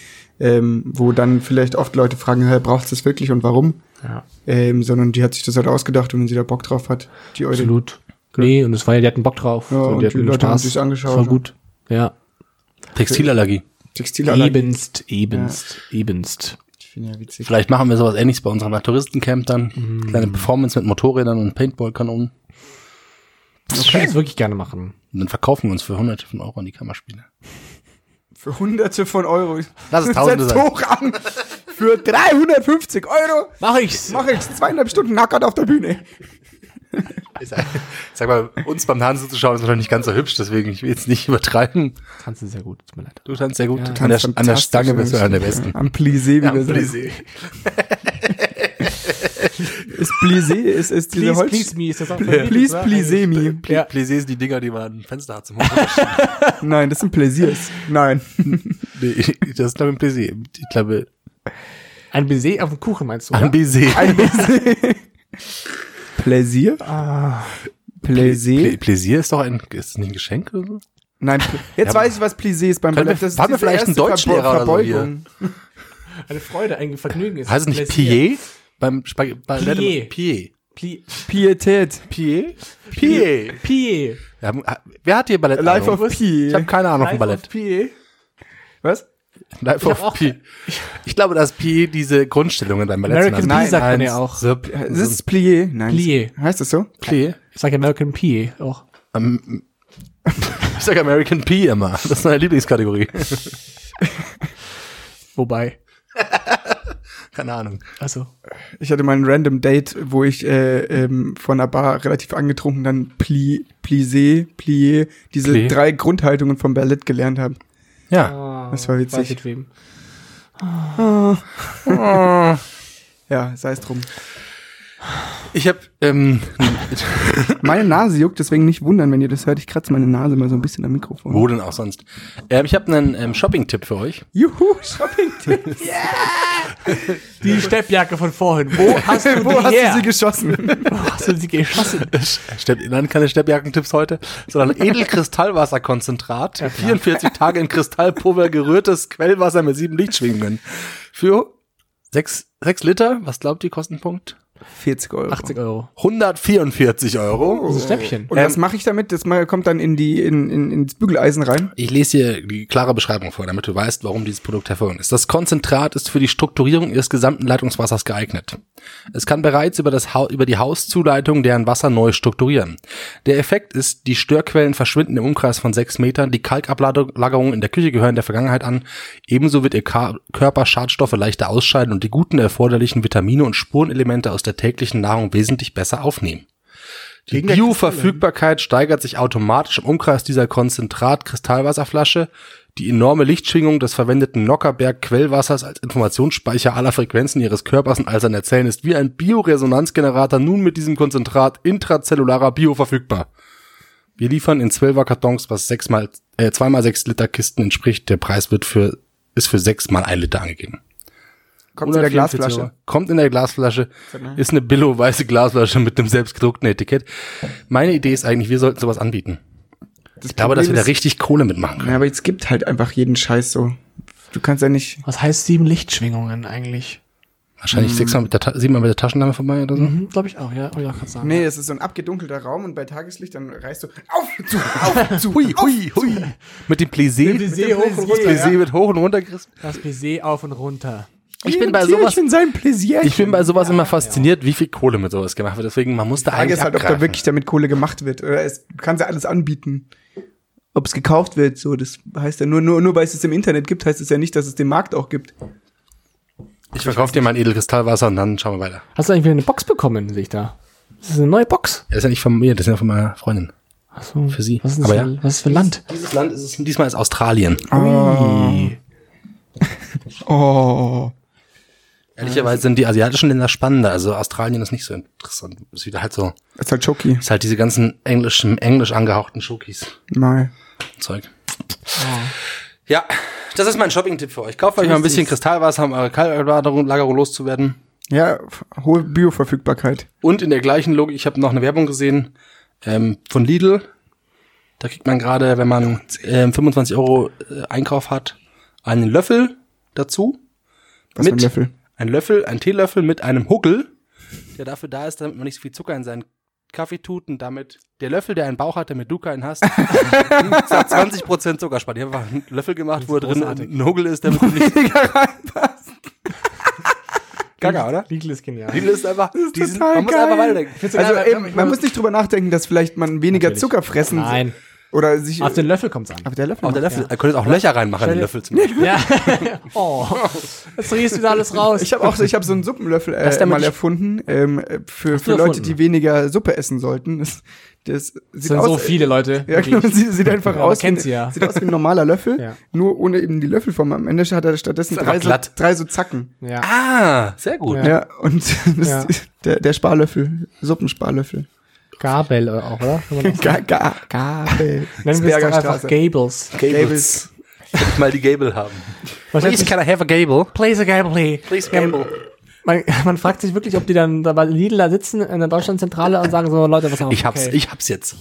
ähm, wo dann vielleicht oft Leute fragen, hey, braucht's das wirklich und warum? Ja, Ähm, sondern die hat sich das halt ausgedacht und wenn sie da Bock drauf hat, die Eule. absolut. Nee, und es war ja, die hatten Bock drauf. Ja, und die hatten die Leute haben Spaß. sich's angeschaut, ne? Voll ja. gut. Ja. Textilallergie. Textilallergie. Ebenst, ebenst, ebenst. Ich finde ja witzig. Vielleicht machen wir sowas ähnliches bei unserem Touristencamp dann. Kleine Performance mit Motorrädern und Paintballkanonen. Das würde ich wirklich gerne machen. Und dann verkaufen wir uns für hunderte von Euro an die Kammerspiele. Für hunderte von Euro. Lass es Tausende Setzt sein. hoch an. Für 350 Euro Mach ich's. mache ich zweieinhalb Stunden Nackert auf der Bühne. Ich sag, ich sag mal, uns beim Tanzen zu schauen ist wahrscheinlich nicht ganz so hübsch, deswegen ich will jetzt nicht übertreiben. Tanzen ist ja gut, tut mir leid. Du tanzt sehr gut. Ja, an, der, Ganz an der fantastisch, Stange bist du ja. einer der Besten. Am Plissé, wie wir Am sagen. Plissé. Ist Plissé, ist, ist diese Holz... me, ist das auch Please, please, me. Pl- Plissés sind die Dinger, die man an ein Fenster hat zum Hoch. Nein, das sind Pläsiers. Nein. nee, das ist glaube ich ein Plissé. Ich glaube, Ein Baiser auf dem Kuchen meinst du? ein Plissé. Ein bisschen. Pläsier? Ah. Pläsier? Plissé ist doch ein, ist das nicht ein Geschenk oder so? Nein, Pl- jetzt Ja, weiß ich, was Pläsier ist beim Können wir- Ballett. Das ist haben wir diese vielleicht einen erste Deutschlehrer Verbe- oder so hier? Verbeugung. Eine Freude, ein Vergnügen ist. Heißt es nicht Pläsier. Pied? Beim Spag Ballett- Plié. Pied. Pli- Pietät. Pied? Pied. Pied. Wir haben, wer hat hier Ballett? Life of Ich Pi. habe keine Ahnung vom Ballett. Pied. Was? Life Ich hab auch- of Pi. Ich glaube, dass Pi diese Grundstellungen beim Ballett American Nein, Pie sagt man eins, ja auch. Zip, Es ist Plié. Nein. Plié. Heißt das so? Pli. Ich sage American Pie auch. Ähm, ich sag American Pie immer. Das ist meine Lieblingskategorie. Wobei. Keine Ahnung. Also. Ich hatte mal ein random Date, wo ich äh, ähm, von einer Bar relativ angetrunken dann Pli, Plissé, Plié, diese Plié. drei Grundhaltungen vom Ballett gelernt habe. Ja. Das war witzig. Weiß mit wem. Ja, sei es drum. Oh. Ich habe ähm, Meine Nase juckt, deswegen nicht wundern, wenn ihr das hört. Ich kratze meine Nase mal so ein bisschen am Mikrofon. wo denn auch sonst? Ähm, ich habe einen ähm, Shopping-Tipp für euch. Juhu, Shopping-Tipp. Die Steppjacke von vorhin. Wo hast du, Wo die hast her? du sie geschossen? Wo hast du sie geschossen? Stepp, nein, keine Steppjackentipps heute, sondern Edelkristallwasserkonzentrat. 44 Tage in Kristallpulver gerührtes Quellwasser mit sieben Lichtschwingungen. Für sechs, sechs Liter, was glaubt ihr Kostenpunkt? 40 Euro. 80 Euro. Oh. 144 Euro. Das ist ein Schnäppchen. Und was mache ich damit? Das mal- kommt dann in die, in, in, ins Bügeleisen rein. Ich lese hier die klare Beschreibung vor, damit du weißt, warum dieses Produkt hervorragend ist. Das Konzentrat ist für die Strukturierung ihres gesamten Leitungswassers geeignet. Es kann bereits über, das ha über die Hauszuleitung deren Wasser neu strukturieren. Der Effekt ist, die Störquellen verschwinden im Umkreis von sechs Metern, die Kalkablagerungen in der Küche gehören der Vergangenheit an, ebenso wird ihr Ka Körper Schadstoffe leichter ausscheiden und die guten erforderlichen Vitamine und Spurenelemente aus der täglichen Nahrung wesentlich besser aufnehmen. Die der Bioverfügbarkeit steigert sich automatisch im Umkreis dieser Konzentrat-Kristallwasserflasche. Die enorme Lichtschwingung des verwendeten Nockerberg-Quellwassers als Informationsspeicher aller Frequenzen ihres Körpers und all seiner Zellen ist wie ein Bioresonanzgenerator nun mit diesem Konzentrat intrazellularer Bio verfügbar. Wir liefern in 12er Kartons, was 6 mal, äh, 2 mal 6 Liter Kisten entspricht. Der Preis wird für, ist für 6 mal 1 Liter angegeben. Kommt in der 144 Glasflasche. Euro. Kommt in der Glasflasche. Ist eine billo-weiße Glasflasche mit einem selbstgedruckten Etikett. Meine Idee ist eigentlich, wir sollten sowas anbieten. Das Ich glaube, dass wir Problem da ist- richtig Kohle mitmachen können. Ja, aber jetzt gibt halt einfach jeden Scheiß so. Du kannst ja nicht. Was heißt sieben Lichtschwingungen eigentlich? Wahrscheinlich sechsmal mit der, Ta- siebenmal mit der Taschenlampe vorbei oder so. Mhm, Glaube ich auch, ja. Wollte ich auch gerade sagen. Nee, es ist so ein abgedunkelter Raum und bei Tageslicht dann reißt du auf zu, auf zu. Hui, hui, hui. Mit dem Plissé. Mit dem Plissé hoch und Das runter, Plissé ja. wird hoch und runter gerissen. Das Baiser auf und runter. Ich bin bei sowas, in seinem Pläsier. ich bin bei sowas immer fasziniert, wie viel Kohle mit sowas gemacht wird. Deswegen, man muss da Frage eigentlich ist halt, ob da abgreifen. wirklich damit Kohle gemacht wird. Oder es du kannst ja alles anbieten. Ob es gekauft wird, so, das heißt ja nur, nur, nur weil es es im Internet gibt, heißt es ja nicht, dass es den Markt auch gibt. Ich verkaufe dir mein Edelkristallwasser und dann schauen wir weiter. Hast du eigentlich wieder eine Box bekommen, sehe ich da? Das ist eine neue Box. Das ist ja nicht von mir, das ist ja von meiner Freundin. Achso. Für sie. Was ist das, Aber für, ja. was ist das für ein Land? Dieses Land ist es, diesmal ist Australien. Oh. Ehrlicherweise sind die asiatischen Länder spannender. Also Australien ist nicht so interessant. Ist wieder halt so, Das ist halt Schoki. ist halt diese ganzen englisch, im englisch angehauchten Schokis. Mal. Zeug. Ja, das ist mein Shopping-Tipp für euch. Kauft euch mal ein bisschen Kristallwasser, um eure Kalklagerung loszuwerden. Ja, f- hohe Bioverfügbarkeit. Und in der gleichen Logik, ich habe noch eine Werbung gesehen ähm, von Lidl. Da kriegt man gerade, wenn man ähm, 25 Euro äh, Einkauf hat, einen Löffel dazu. Was Mit? für ein Löffel. Ein Löffel, ein Teelöffel mit einem Huckel, der dafür da ist, damit man nicht so viel Zucker in seinen Kaffee tut und damit der Löffel, der einen Bauch hat, damit du keinen hast, hat 20% Zucker spart. Ich habe einfach einen Löffel gemacht, wo drin großartig. ein Huckel ist, der nicht Gaga, oder? Lidl ist genial. Die ist einfach, die sind, total man muss geil. einfach weiterdenken. ähm, Findest du Also geil? eben, man muss nicht drüber nachdenken, dass vielleicht man weniger Natürlich. Zucker fressen Nein, oder sich auf den Löffel kommt's an. auf der Löffel. Auf macht. der Löffel, ja. könntest auch Löcher reinmachen in den Löffel zum Beispiel. Ja. oh, jetzt riechst du da alles raus. Ich habe auch so, ich habe so einen Suppenlöffel Das äh, damit mal ich- erfunden ähm, äh, für, du für Leute, erfunden? die weniger Suppe essen sollten. Das, das das sieht sind aus. so viele Leute. ja, genau, wirklich. sieht, sieht einfach Aber aus. kennt sie wie, ja. Sieht aus wie ein normaler Löffel, Ja. nur ohne eben die Löffelform. Am Ende hat er stattdessen Ist aber drei so, glatt. drei so Zacken. ja. Ah, sehr gut. Ja, und das, Ja. Der, der Sparlöffel, Suppensparlöffel. Gabel auch, oder? Kann man auch sagen. Ga, ga, Gabel. Nennen wir es doch Berger einfach Straße. Gables. Gables. Ich will mal die Gable haben. Was Please, can I have a Gable? Please, Gable, please. Please, Ähm, Man, man fragt sich wirklich, ob die dann da bei Lidl da sitzen in der Deutschlandzentrale und sagen so, Leute, was auf. Ich hab's, okay. ich hab's jetzt.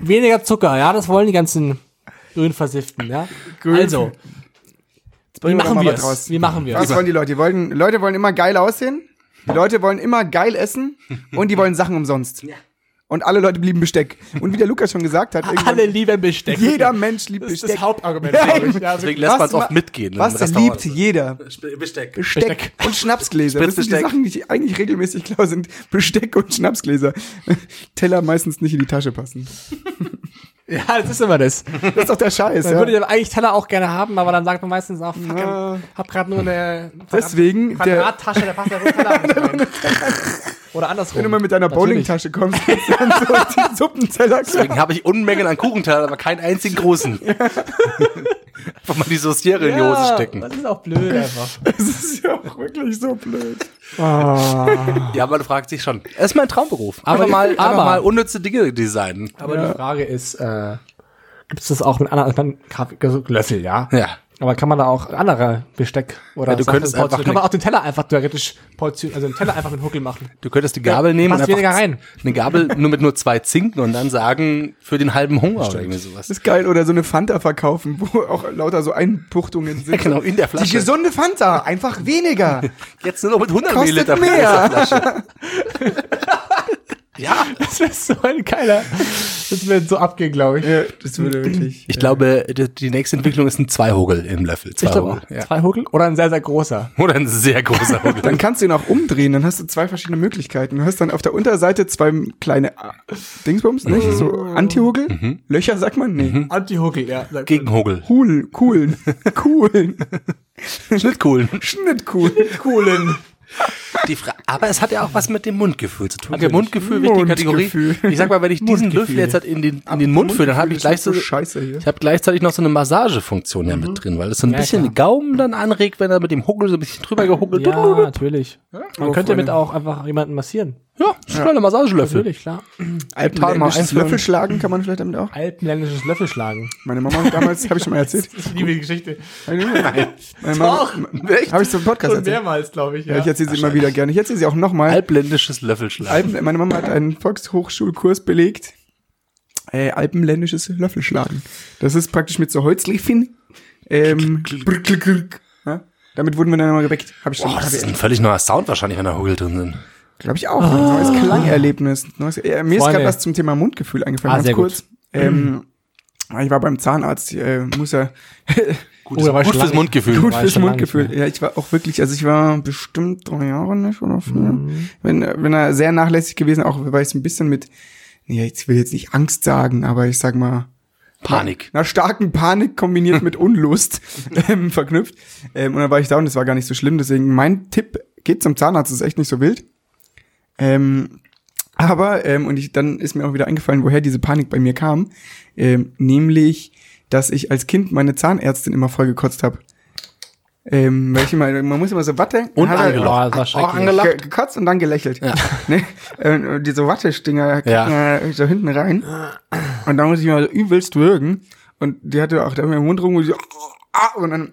Weniger Zucker, ja, das wollen die ganzen Grünversiften, ja. Grün- Also, wie wir doch machen mal wir was raus. es? Wie machen wir Was es? wollen die Leute? Die wollen, Leute wollen immer geil aussehen, die Leute wollen immer geil essen und die wollen Sachen umsonst. Und alle Leute blieben Besteck. Und wie der Lukas schon gesagt hat, irgendwann- Alle lieben Besteck. jeder Mensch liebt das ist Besteck. das Hauptargument. Ja, glaub ich. eben. Ja, Deswegen Was lässt man es oft ma- mitgehen. Was liebt jeder? Besteck. Besteck und Schnapsgläser. Das sind die Spritzbesteck. Sachen, die ich eigentlich regelmäßig klar sind. Besteck und Schnapsgläser. Teller meistens nicht in die Tasche passen. ja, das ist immer das. Das ist doch der Scheiß, Man ja. würde ja eigentlich Teller auch gerne haben, aber dann sagt man meistens auch, fuck, Ja. hab grad nur eine Deswegen, der, Quadrattasche, der passt ja so Teller nicht rein. Oder andersrum. wenn du mal mit deiner Natürlich. Bowlingtasche kommst, kannst du dann so die Suppenteller klar. Deswegen habe ich Unmengen an Kuchenteilen, aber keinen einzigen großen. Einfach mal die Soßiere in die Hose stecken. Das ist auch blöd einfach. Das ist ja auch wirklich so blöd. Ja, man fragt sich schon. Erstmal ein Traumberuf. Aber- Aber mal, aber- aber mal unnütze Dinge designen. Aber die Frage ist, äh, gibt es das auch mit anderen, ich mein, Kaffee- also Löffel, ja? Ja. Aber kann man da auch andere Besteck oder Ja, du Sachen könntest portionieren? einfach Kann man eine- auch den Teller einfach theoretisch portionieren, also den Teller einfach mit Huckel machen. Du könntest die Gabel Ja, nehmen passt einfach weniger rein. eine Gabel nur mit nur zwei Zinken und dann sagen, für den halben Hunger oder irgendwie sowas. Das ist geil. Oder so eine Fanta verkaufen, wo auch lauter so Einbuchtungen sind. Genau, in der Die Flasche. gesunde Fanta, einfach weniger. Jetzt nur noch mit 100 Kostet Milliliter mehr. Flasche. ja, Das wäre so ein geiler. Das wäre so abgehen, glaube ich. ja, das würde wirklich. ich glaube, die die nächste Entwicklung ist ein Zweihogel im Löffel. Ich glaub, Zweihogel. Ja. Zwei Huckel oder ein sehr, sehr großer. Oder ein sehr großer Hogel. Dann kannst du ihn auch umdrehen, dann hast du zwei verschiedene Möglichkeiten. Du hast dann auf der Unterseite zwei kleine äh, Dingsbums, nicht? Mhm. So Antihugel, Löcher sagt man? Nee. Anti-Huckel, ja. Sag- Gegenhogel. Cool, coolen, coolen, Schnittkohlen. Schnittkuhlen. Coolen. Die Fra Aber es hat ja auch was mit dem Mundgefühl zu tun. Der Natürlich. Mundgefühl, wichtige Kategorie. Mundgefühl. Ich sag mal, wenn ich diesen Mundgefühl. Löffel jetzt halt in den, in den Mund führe, dann habe ich Mundgefühl gleich ist so, so scheiße hier. ich habe gleichzeitig noch so eine Massagefunktion ja mit drin, weil es so ein Ja, bisschen klar. den Gaumen dann anregt, wenn er mit dem Huckel so ein bisschen drüber gehuckelt. Ja, natürlich. Man Oh, könnte damit Freunde. auch einfach jemanden massieren. ja ist ein kleiner Massagelöffel. Natürlich, klar. Alpenländisches einführen. Löffel schlagen kann man vielleicht damit auch. Alpenländisches Löffel schlagen. Meine Mama hat damals, habe ich schon mal erzählt. Ich liebe die Geschichte. Meine Mama, meine Doch, Mama habe ich zum Podcast erzählt. mehrmals, glaube ich. Ja, ich erzähle sie immer wieder gerne. Ich erzähle sie auch nochmal. Halbländisches Löffelschlag. Alpen, meine Mama hat einen Volkshochschulkurs belegt. Äh, alpenländisches Löffelschlagen. Das ist praktisch mit so Holzliefen. Ähm, brück, klick, klick. ja? Damit wurden wir dann immer geweckt. Habe ich schon. Boah, Oh, das ist Hab ein völlig neuer Sound wahrscheinlich, wenn da Huckel drin sind. ich, glaube ich auch. Ein Ah. neues Klangerlebnis. Neues, äh, mir ist Freunde. gerade was zum Thema Mundgefühl eingefallen. Ah, ganz sehr gut. kurz. Ähm, ich war beim Zahnarzt, äh, muss ja Gut, Oh, da war gut ich fürs lange- Mundgefühl. Gut war fürs schon lange nicht Mundgefühl. Ja, ich war auch wirklich, also ich war bestimmt drei Jahre nicht oder vier. Mhm. Wenn, wenn er sehr nachlässig gewesen, auch weil ich es ein bisschen mit, ja, ich will jetzt nicht Angst sagen, aber ich sag mal, Panik. einer starken Panik kombiniert mit Unlust ähm, verknüpft. Ähm, und dann war ich da und es war gar nicht so schlimm. Deswegen mein Tipp, geht zum Zahnarzt, ist echt nicht so wild. Ähm, aber, ähm, und ich, dann ist mir auch wieder eingefallen, woher diese Panik bei mir kam. Ähm, nämlich, dass ich als Kind meine Zahnärztin immer voll gekotzt habe. Ähm, weil ich immer, man muss immer so Watte Und hat er- angelocht. Boah, das war schrecklich. Auch angelacht. Ge gekotzt und dann gelächelt. Ne? Ähm, diese Wattestinger kicken Ja. ja. so hinten rein. Und dann muss ich mal so übelst würgen. Und die hatte auch da mit dem Mund rum und, so, ah, und dann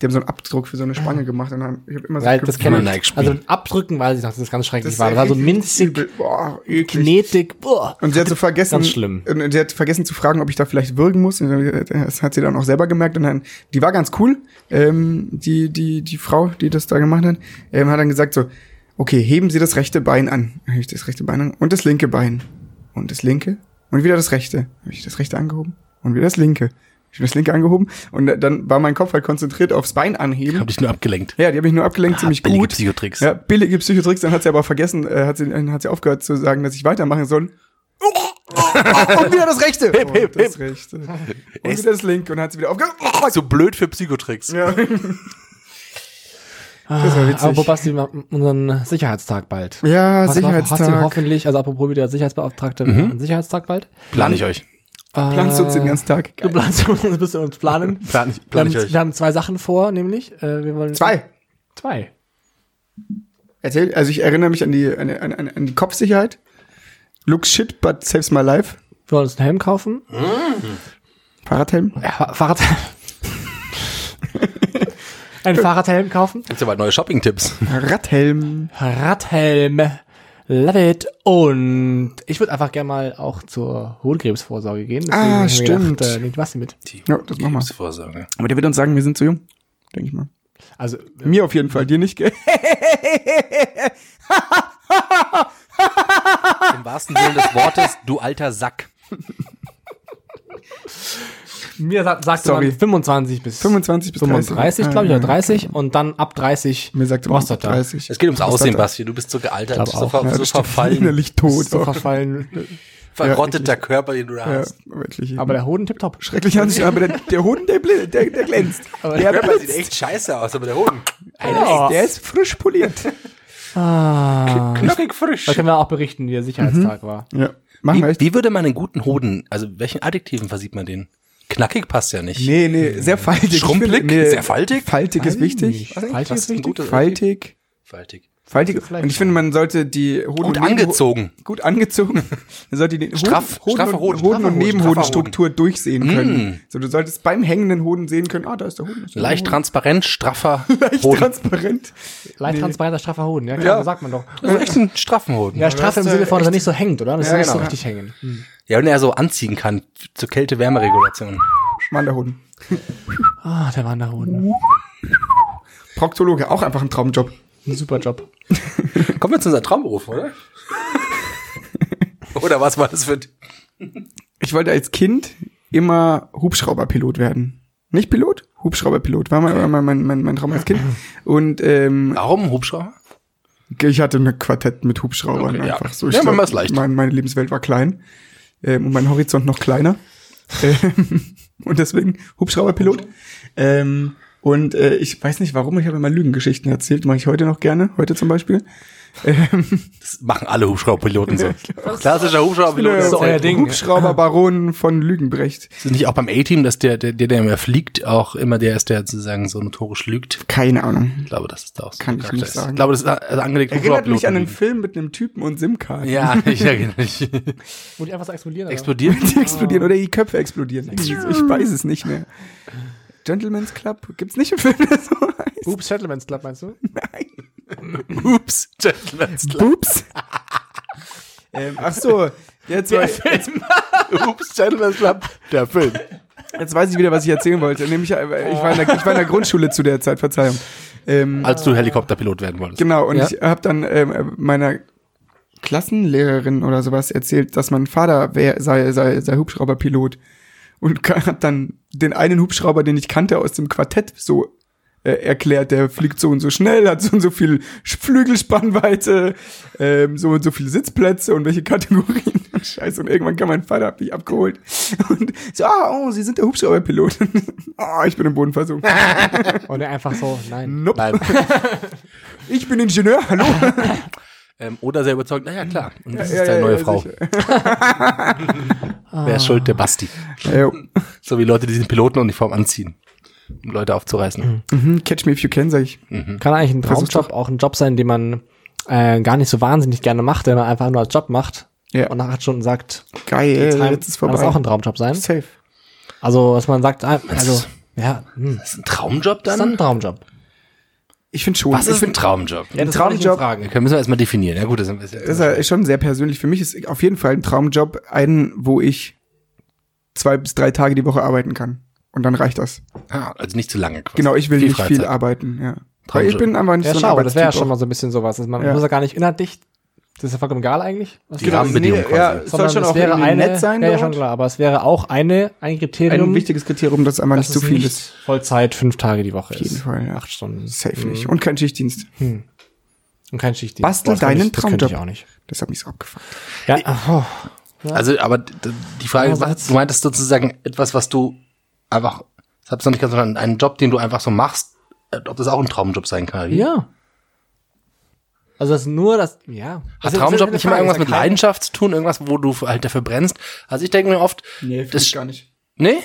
Die haben so einen Abdruck für so eine Spange gemacht und haben, ich habe immer so Ah. Weil das kenne Nike ich. spielen. Also mit Abdrücken weiß ich noch, dass das ganz schrecklich Das war. Das war so richtig minzig, übel. Boah, eklig. Kinetik, boah. Und sie hat so vergessen, Ganz schlimm. Und sie hat vergessen zu fragen, ob ich da vielleicht würgen muss. Und dann- Das hat sie dann auch selber gemerkt. Und dann, die war ganz cool. Ähm, die, die, die Frau, die das da gemacht hat, ähm, hat dann gesagt so, okay, heben Sie das rechte Bein an. Dann Hebe ich das rechte Bein an und das linke Bein und das linke und wieder das rechte. Habe ich das rechte angehoben und wieder das linke. Hab Ich das linke angehoben und dann war mein Kopf halt konzentriert aufs Bein anheben. Hab dich nur abgelenkt. Ja, die habe ich nur abgelenkt, ziemlich billige gut. Psychotricks. Ja, billige Psychotricks. Dann hat sie aber vergessen, äh, hat, sie, dann hat sie aufgehört zu sagen, dass ich weitermachen soll. Und wieder das Rechte. Hip, hip, und das Rechte. Und wieder das Linke. Und hat sie wieder aufgehört. So blöd für Psychotricks. Ja. Das war witzig. Apropos Basti, wir haben unseren Sicherheitstag bald. Ja, Hast du- Hast du Sicherheitstag. Mhm. hoffentlich, also apropos wieder Sicherheitsbeauftragte, wir haben einen Sicherheitstag bald. Plan ich euch. Planst du uns den ganzen Tag? Du planst uns ein bisschen uns planen. Plan ich, Wir plan haben, ich euch. wir haben zwei Sachen vor, nämlich. Äh, wir wollen Zwei. Zwei. Erzähl. Also ich erinnere mich an die, an, an, an an die Kopfsicherheit. Looks shit, but saves my life. Wir wollen uns einen Helm kaufen. Äh, Fahrradhelm. Ja, Fa- Fahrradhelm. einen Fahrradhelm kaufen. Gibt's ja bald neue Shopping-Tipps. Radhelm. Radhelm. Love it. Und ich würde einfach gerne mal auch zur Hodenkrebsvorsorge gehen. Deswegen Ah, hab ich mir stimmt. Gedacht, äh, nehmt Basti mit. Ja, das machen wir. Vorsorge. Aber der wird uns sagen, wir sind zu jung. Denke ich mal. Also, Mir auf jeden Fall, dir nicht, gell? Im wahrsten Sinne des Wortes, du alter Sack. mir sagt, sagte Sorry. man 25 bis 25 bis 30. 35, glaube ich, oder 30. Und dann ab 30 Mir sagt immer Prostata. 30. Es geht ums Aussehen, Prostata. Basti. Du bist so gealtert, Glaub so, auch. ver Ja, so das stimmt. verfallen, Innerlich tot. So auch. verfallen. verrotteter Körper, den du da Ja, hast. wirklich. Aber der Hoden tipptopp. Schrecklich anzusehen, aber der, der Hund, der, bl- der, der glänzt. Aber der, Der Körper sieht blitzt. echt scheiße aus, aber der Hoden. Ja. der ist frisch poliert. Ah. Knockig frisch. Da können wir auch berichten, wie der Sicherheitstag Mhm. war. Ja, machen Wie, wir echt. wie würde man einen guten Hoden, also welchen Adjektiven versieht man den? Knackig passt ja nicht. Nee, nee, sehr faltig. Ich Schrumpelig? finde, nee, Sehr faltig? Faltig ist wichtig. Was Falsch ist ist ein richtig. gutes Faltig. Faltig. Faltig. Und ich finde, man sollte die Hoden Gut und Nebenho- angezogen. Gut angezogen. Man sollte die Hoden, Straff, Hoden, straffe und- Hoden, Hoden straffer und Hoden, Nebenhodenstruktur durchsehen können. Mm. So, du solltest beim hängenden Hoden sehen können, ah, da ist der Hoden. da ist der Leicht Hoden. transparent, straffer Leicht Hoden. transparent. Leicht transparenter, straffer Hoden, ja, klar, Ja. sagt man doch. Also echt einen straffen Hoden. Ja, straff im das, äh, Sinne von, dass er nicht so hängt, oder? Das Ja, ist nicht so genau. richtig hängen. Ja, wenn er so anziehen kann, zur Kälte-Wärme-Regulation. Wanderhoden. Ah, der Wanderhoden. Proktologe, auch einfach ein Traumjob. Ein super Job. Kommen wir zu unserem Traumberuf, oder? oder was war das für... Ich wollte als Kind immer Hubschrauberpilot werden. Nicht Pilot, Hubschrauberpilot war mein, mein, mein, mein, mein Traum als Kind. Und ähm, Warum ein Hubschrauber? ich hatte ein Quartett mit Hubschraubern Okay, ja. einfach so. Ich Ja, man macht's leicht. Mein, meine Lebenswelt war klein ähm, und mein Horizont noch kleiner. Ähm, und deswegen Hubschrauberpilot. Ähm, und äh, ich weiß nicht warum, ich habe immer Lügengeschichten erzählt, mache ich heute noch gerne, heute zum Beispiel. Das machen alle Hubschrauberpiloten so. Klassischer Hubschrauberpilot. so ist euer halt- Ding. Hubschrauberbaron von Lügenbrecht. Ist nicht auch beim A-Team, dass der, der, der, der immer fliegt, auch immer der ist, der sozusagen so notorisch lügt? Keine Ahnung. Ich glaube, das ist da auch so Kann ein ich Charakter nicht ist. sagen. Ich glaube, das ist also angelegt Erinnert mich an einen Hubschrauberpiloten. Film mit einem Typen und SIM-Karten. Ja, ich erinnere mich. Muss ich einfach so explodieren? oder? Explodiert? Die explodieren oder die Köpfe explodieren. Ich weiß es nicht mehr. Gentleman's Club gibt's nicht im Film, der so heißt. Oops, Settlements Club, meinst du? Nein. Ups, Gentleman's Club. Ups. ähm, ach so, jetzt, wei- jetzt, Ups, Gentleman's Club. Der Film. jetzt weiß ich wieder, was ich erzählen wollte. Nämlich, äh, ich war in der, ich war in der Grundschule zu der Zeit, Verzeihung. Ähm, Als du Helikopterpilot werden wolltest. Genau, und Ja. ich habe dann ähm, meiner Klassenlehrerin oder sowas erzählt, dass mein Vater wär, sei, sei, sei Hubschrauberpilot. Und habe dann den einen Hubschrauber, den ich kannte aus dem Quartett, so äh, erklärt, der fliegt so und so schnell, hat so und so viel Sch- Flügelspannweite, ähm, so und so viele Sitzplätze und welche Kategorien. Scheiße, und irgendwann kam mein Vater, hab mich abgeholt. Und so, ah, oh, Sie sind der Hubschrauberpilot. Ah, ich bin im Boden versunken. Oder einfach so, nein. Nope. Nein. Ich bin Ingenieur, hallo. Ähm, oder sehr überzeugt, naja, klar. Und das Ja, ist deine ja, neue ja, Frau. Wer ist schuld? Der Basti. Ja, jo. So wie Leute, die diese Pilotenuniform anziehen, um Leute aufzureißen. Mhm, Catch me if you can, sag ich. Kann eigentlich ein Versuch's Traumjob auch ein Job sein, den man äh, gar nicht so wahnsinnig gerne macht, den man einfach nur als Job macht Ja. und nach acht Stunden sagt, Geil, time, Äh, jetzt ist kann vorbei. das auch ein Traumjob sein. Safe. Also, dass man sagt, ah, also Ja, hm. Das ist ein Traumjob das ist dann ein dann? Traumjob. Ich finde schon. Was ich ist ein Traumjob? Ja, das wollte ich jetzt Fragen. Okay, müssen wir erstmal definieren. Ja, gut, das ist, Das ist ja schon sehr persönlich. Für mich ist auf jeden Fall ein Traumjob ein, wo ich zwei bis drei Tage die Woche arbeiten kann. Und dann reicht das. ah, also nicht zu lange quasi. Genau, ich will Viel nicht viel Freizeit. arbeiten. Ja. Weil Traumjob. ich bin einfach nicht Ja, so ein schau, das wäre ja Arbeitstyp schon mal so ein bisschen sowas. Also man Ja. muss ja gar nicht inhaltlich, das ist ja vollkommen egal eigentlich. Was Die du- auch. Rahmenbedingungen Genau. Nee, quasi. Ja, es soll sondern schon es auch wäre irgendwie eine, nett sein. Ja, ja, dort. schon klar, aber es wäre auch eine, ein Kriterium, Ein wichtiges Kriterium, dass es einmal dass nicht zu es viel nicht ist. Vollzeit fünf Tage die Woche Auf jeden ist. Fall, ja. Acht Stunden. Safe Mhm. nicht. Und kein Schichtdienst. Und kein Schichtdienst. Bastel das könnte deinen ich- das könnte Traumjob. Ich Äh, auch nicht. Das hat mich so abgefuckt. Ja, oh, Also, aber d- d- die Frage, Ja, was, Satz. du meintest sozusagen etwas, was du einfach, ich hab's noch nicht ganz verstanden, einen Job, den du einfach so machst, äh, ob das auch ein Traumjob sein kann. oder wie? ja. Also das nur das, ja. Das Also, Hat ist- Traumjob das nicht ist immer eine Frage, irgendwas ist mit ja kein- Leidenschaft zu tun, irgendwas, wo du halt dafür brennst? Also ich denke mir oft, Nee, Das- ich gar nicht. nee,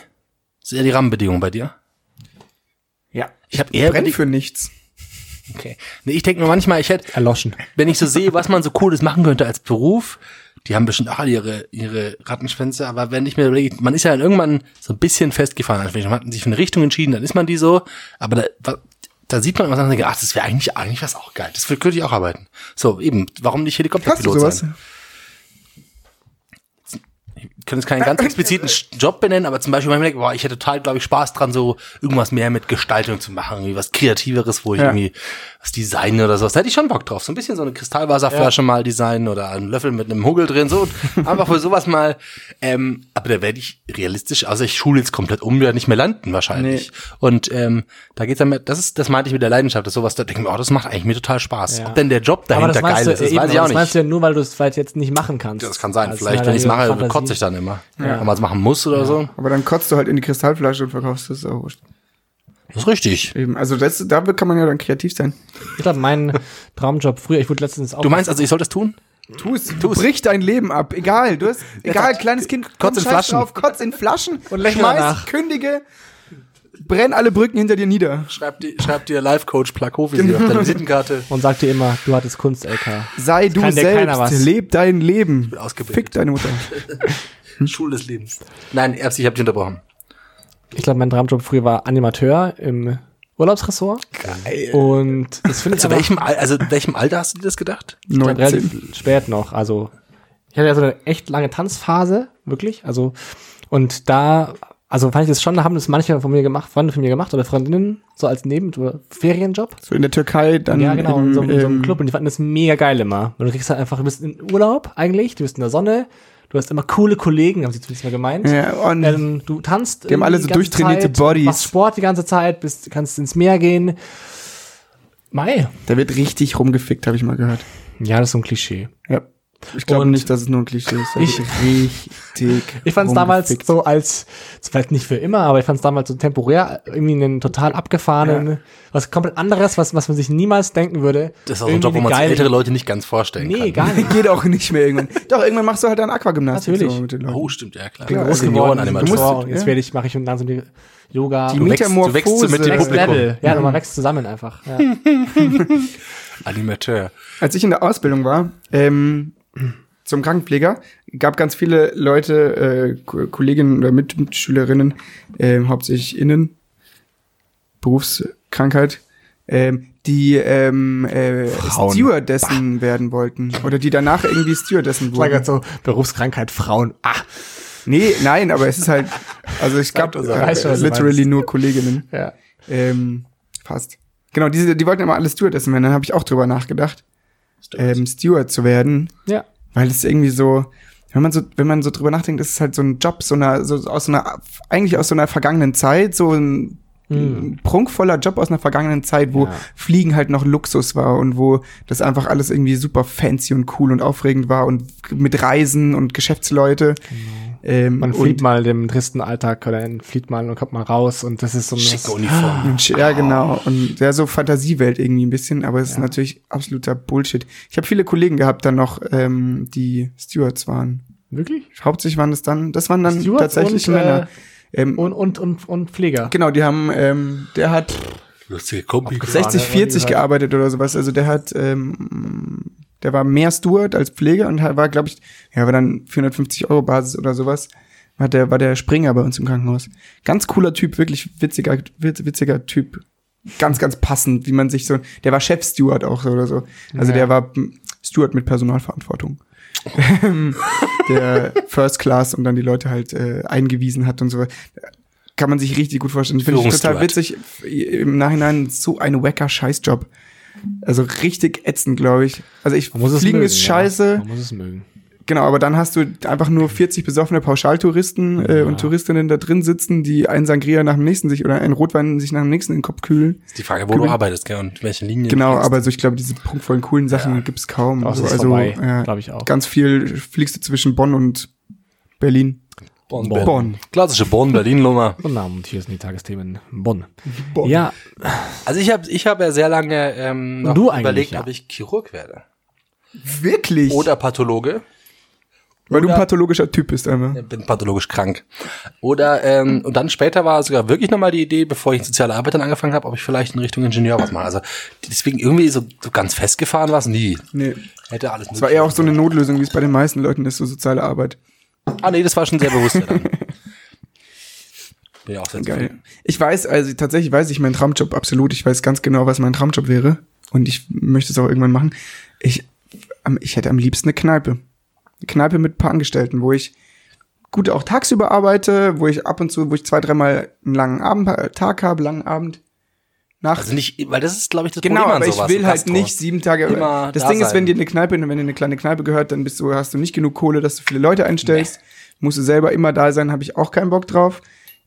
das ist eher die Rahmenbedingung bei dir. Ja. Ich habe eher Brenn für nichts. okay. Nee, ich denke mir manchmal, ich hätte, Erloschen. wenn ich so sehe, was man so cooles machen könnte als Beruf, die haben bestimmt auch alle ihre, ihre Rattenschwänze, aber wenn ich mir überlege, man ist ja dann irgendwann so ein bisschen festgefahren. Also man hat sich für eine Richtung entschieden, dann ist man die so, aber da, wa- da sieht man was und denkt, ach, das wäre eigentlich, eigentlich was auch geil. Das wür- könnte ich auch arbeiten. So, eben, warum nicht Hast du Helikopterpilot sowas? sein? Ich könnte jetzt keinen ganz expliziten Sch- Job benennen, aber zum Beispiel, wenn ich mir denke, boah, ich hätte total, glaube ich, Spaß dran, so irgendwas mehr mit Gestaltung zu machen, irgendwie was Kreativeres, wo ich Ja. irgendwie was designen oder sowas. Da hätte ich schon Bock drauf. So ein bisschen so eine Kristallwasserflasche mal designen oder einen Löffel mit einem Huggel drin, so einfach für sowas mal. Ähm, aber da werde ich realistisch, also ich schule jetzt komplett um, werde nicht mehr landen wahrscheinlich. Und ähm, da geht's dann mehr, das ist, das meinte ich mit der Leidenschaft, das ist sowas, da denke ich mir, oh, das macht eigentlich mir total Spaß. Ja. Ob denn der Job dahinter meinst geil du ist, das eben, weiß ich aber auch das nicht. meinst du ja nur, weil du es vielleicht jetzt nicht machen kannst. Das kann sein. Also Vielleicht, na, wenn ich es deine mache, Fantasie. kotze ich dann immer. Wenn man es machen muss oder so. Aber dann kotzt du halt in die Kristallflasche und verkaufst es Oh, auch. Das ist richtig. Eben. Also das, da kann man ja dann kreativ sein. Ich glaube, mein Traumjob früher, ich wurde letztens auch. Du meinst also, ich soll das tun? Tu es, brich dein Leben ab. Egal, du hast, egal, kleines Kind, komm, in scheiß Flaschen. Drauf, kotz in Flaschen, Und lächle schmeiß, danach. kündige, brenn alle Brücken hinter dir nieder. Schreib dir, schreib dir Life-Coach Plakovi auf deine Visitenkarte. und sag dir immer, du hattest Kunst-LK. Sei du kann dir keiner selbst, was. leb dein Leben. ausgebildet. Fick deine Mutter. Schule des Lebens. Nein, Erbs, ich hab dich unterbrochen. Ich glaube, mein Traumjob früher war Animateur im Urlaubsressort. Geil. Und das finde ich Zu aber welchem, Al also, in welchem Alter hast du dir das gedacht? ich glaub, 19. relativ spät noch. Also ich hatte ja so eine echt lange Tanzphase, wirklich. Also und da, also fand ich das schon, da haben das manche von mir gemacht, Freunde von mir gemacht oder Freundinnen, so als Neben- oder Ferienjob. So in der Türkei, dann Ja, genau, in so, in so einem Mhm, ähm, Club. Und die fanden das mega geil immer. Und du kriegst halt einfach, du bist in Urlaub eigentlich, du bist in der Sonne, du hast immer coole Kollegen, haben sie zumindest mal gemeint. äh, Ja, und Ähm, du tanzt. Die haben alle so irgendwie die ganze durchtrainierte Zeit, Bodies. Machst Sport die ganze Zeit, bist, kannst ins Meer gehen. Mai. da wird richtig rumgefickt, habe ich mal gehört. Ja, das ist so ein Klischee. Ja. Ich glaube Und- nicht, dass es nur ein Klischee ist. Da Ich- wird richtig. Ich fand es damals rumgefickt. so als, vielleicht nicht für immer, aber ich fand es damals so temporär irgendwie einen total abgefahrenen, was komplett anderes, was, was man sich niemals denken würde. Das ist auch so ein Irgendwie Job, wo eine man sich geile- ältere Leute nicht ganz vorstellen Nee, kann. gar nicht. Geht auch nicht mehr irgendwann. Doch, irgendwann machst du halt dann Aquagymnastik. Natürlich. mit den Leuten. Oh, stimmt, ja, klar. Klar, Groß geworden, du musst, Animateur. und jetzt ja. werde ich, mache ich langsam die Yoga. Die Ah, Du wächst, du wächst so mit dem Metamorphose. Next Publikum. Level. Ja, man wächst zusammen einfach. Ja. Animateur. Als ich in der Ausbildung war, ähm, zum Krankenpfleger, gab ganz viele Leute, äh, Ko- Kolleginnen oder Mit- Mitschülerinnen, ähm, hauptsächlich innen, Berufskrankheit, ähm, die ähm, äh, Frauen. Stewardessen werden wollten. Oder die danach irgendwie Stewardessen Ich war wurden. grad so, Berufskrankheit, Frauen. Ah, Nee, nein, aber es ist halt, also es gab Sag doch so, weißt du, äh, was du literally nur Kolleginnen. ja. Ähm, passt. Genau, diese, die wollten immer alle Stewardessen werden. Dann habe ich auch drüber nachgedacht, ähm, Steward zu werden, Ja. weil es irgendwie so, wenn man so, wenn man so drüber nachdenkt, ist es halt so ein Job, so einer, so aus so einer, eigentlich aus so einer vergangenen Zeit, so ein prunkvoller Job aus einer vergangenen Zeit, wo Hm. Ja. Fliegen halt noch Luxus war und wo das einfach alles irgendwie super fancy und cool und aufregend war und mit Reisen und Geschäftsleute. Ähm, Genau. Man und flieht mal dem tristen Alltag oder dann flieht mal und kommt mal raus und das ist so ein Schicke Uniform. Und, ja, Oh. genau. Und ja, so Fantasiewelt irgendwie ein bisschen, aber es ist natürlich absoluter Bullshit. Ich habe viele Kollegen gehabt dann noch, ähm, die Stewards waren. Wirklich? Hauptsächlich waren es dann, das waren dann Stewards Ähm, tatsächlich und, äh, Männer. ähm, Und, und, und, und Pfleger. genau, die haben, ähm, der hat Lustige Kombi. 60, ja, 40 die waren- gearbeitet oder sowas. Also der hat, ähm, der war mehr Steward als Pfleger und hat- war, glaube ich, ja, war dann 450 Euro Basis oder sowas. War der, war der Springer bei uns im Krankenhaus. Ganz cooler Typ, wirklich witziger, witz- witziger Typ. Ganz, ganz passend, wie man sich so. Der war Chef-Steward auch so oder so. Also der war hm, Steward mit Personalverantwortung. der First Class und dann die Leute halt äh, eingewiesen hat und so. Kann man sich richtig gut vorstellen. Finde ich total Führungssteward. witzig. äh, Im Nachhinein so ein wacker Scheißjob. Also richtig ätzend, glaube ich. Also ich Man muss es fliegen mögen, ist ja. scheiße. Man muss es mögen. Genau, aber dann hast du einfach nur 40 besoffene Pauschaltouristen äh, und Touristinnen da drin sitzen, die einen Sangria nach dem nächsten sich oder einen Rotwein sich nach dem nächsten in den Kopf kühlen. Ist die Frage, wo du Gewinn- arbeitest, gell, und welche Linien. Genau, du fährst. aber so ich glaube, diese prunkvollen, coolen Sachen gibt's kaum. also, Das ist vorbei, glaube ich auch. Ganz viel fliegst du zwischen Bonn und Berlin. Bonn. Bonn. Bonn. Klassische Bonn-Berlin-Nummer. Und Namen, und hier sind die Tagesthemen Bonn. Bonn. Ja, Also ich habe ich hab ja sehr lange ähm, noch du eigentlich, überlegt, ja. ob ich Chirurg werde. Wirklich? Oder Pathologe. Weil du ein oder- pathologischer Typ bist einfach. Ich bin pathologisch krank. Oder, ähm, und dann später war sogar wirklich nochmal die Idee, bevor ich in soziale Arbeit dann angefangen habe, ob ich vielleicht in Richtung Ingenieur was mache. Also deswegen irgendwie so, so ganz festgefahren war es nie. Nee. Hätte alles Es war eher auch so eine Notlösung, wie es bei den meisten Leuten ist, so soziale Arbeit. Ah nee, das war schon sehr bewusst. ja dann. Bin ja auch sehr Geil. zufrieden. Ich weiß, also tatsächlich weiß ich meinen Traumjob absolut. Ich weiß ganz genau, was mein Traumjob wäre. Und ich möchte es auch irgendwann machen. Ich, am- ich hätte am liebsten eine Kneipe. Eine Kneipe mit ein paar Angestellten, wo ich gut auch tagsüber arbeite, wo ich ab und zu, wo ich zwei, dreimal einen langen Abend, äh, Tag habe, langen Abend, Nacht. Also nicht, weil das ist, glaube ich, das Genau, Problem an aber ich sowas. will im halt Gastro. nicht sieben Tage. äh, Immer das da Ding ist, sein. wenn dir eine Kneipe, wenn dir eine kleine Kneipe gehört, dann bist du, hast du nicht genug Kohle, dass du viele Leute einstellst. Musst du selber immer da sein, habe ich auch keinen Bock drauf.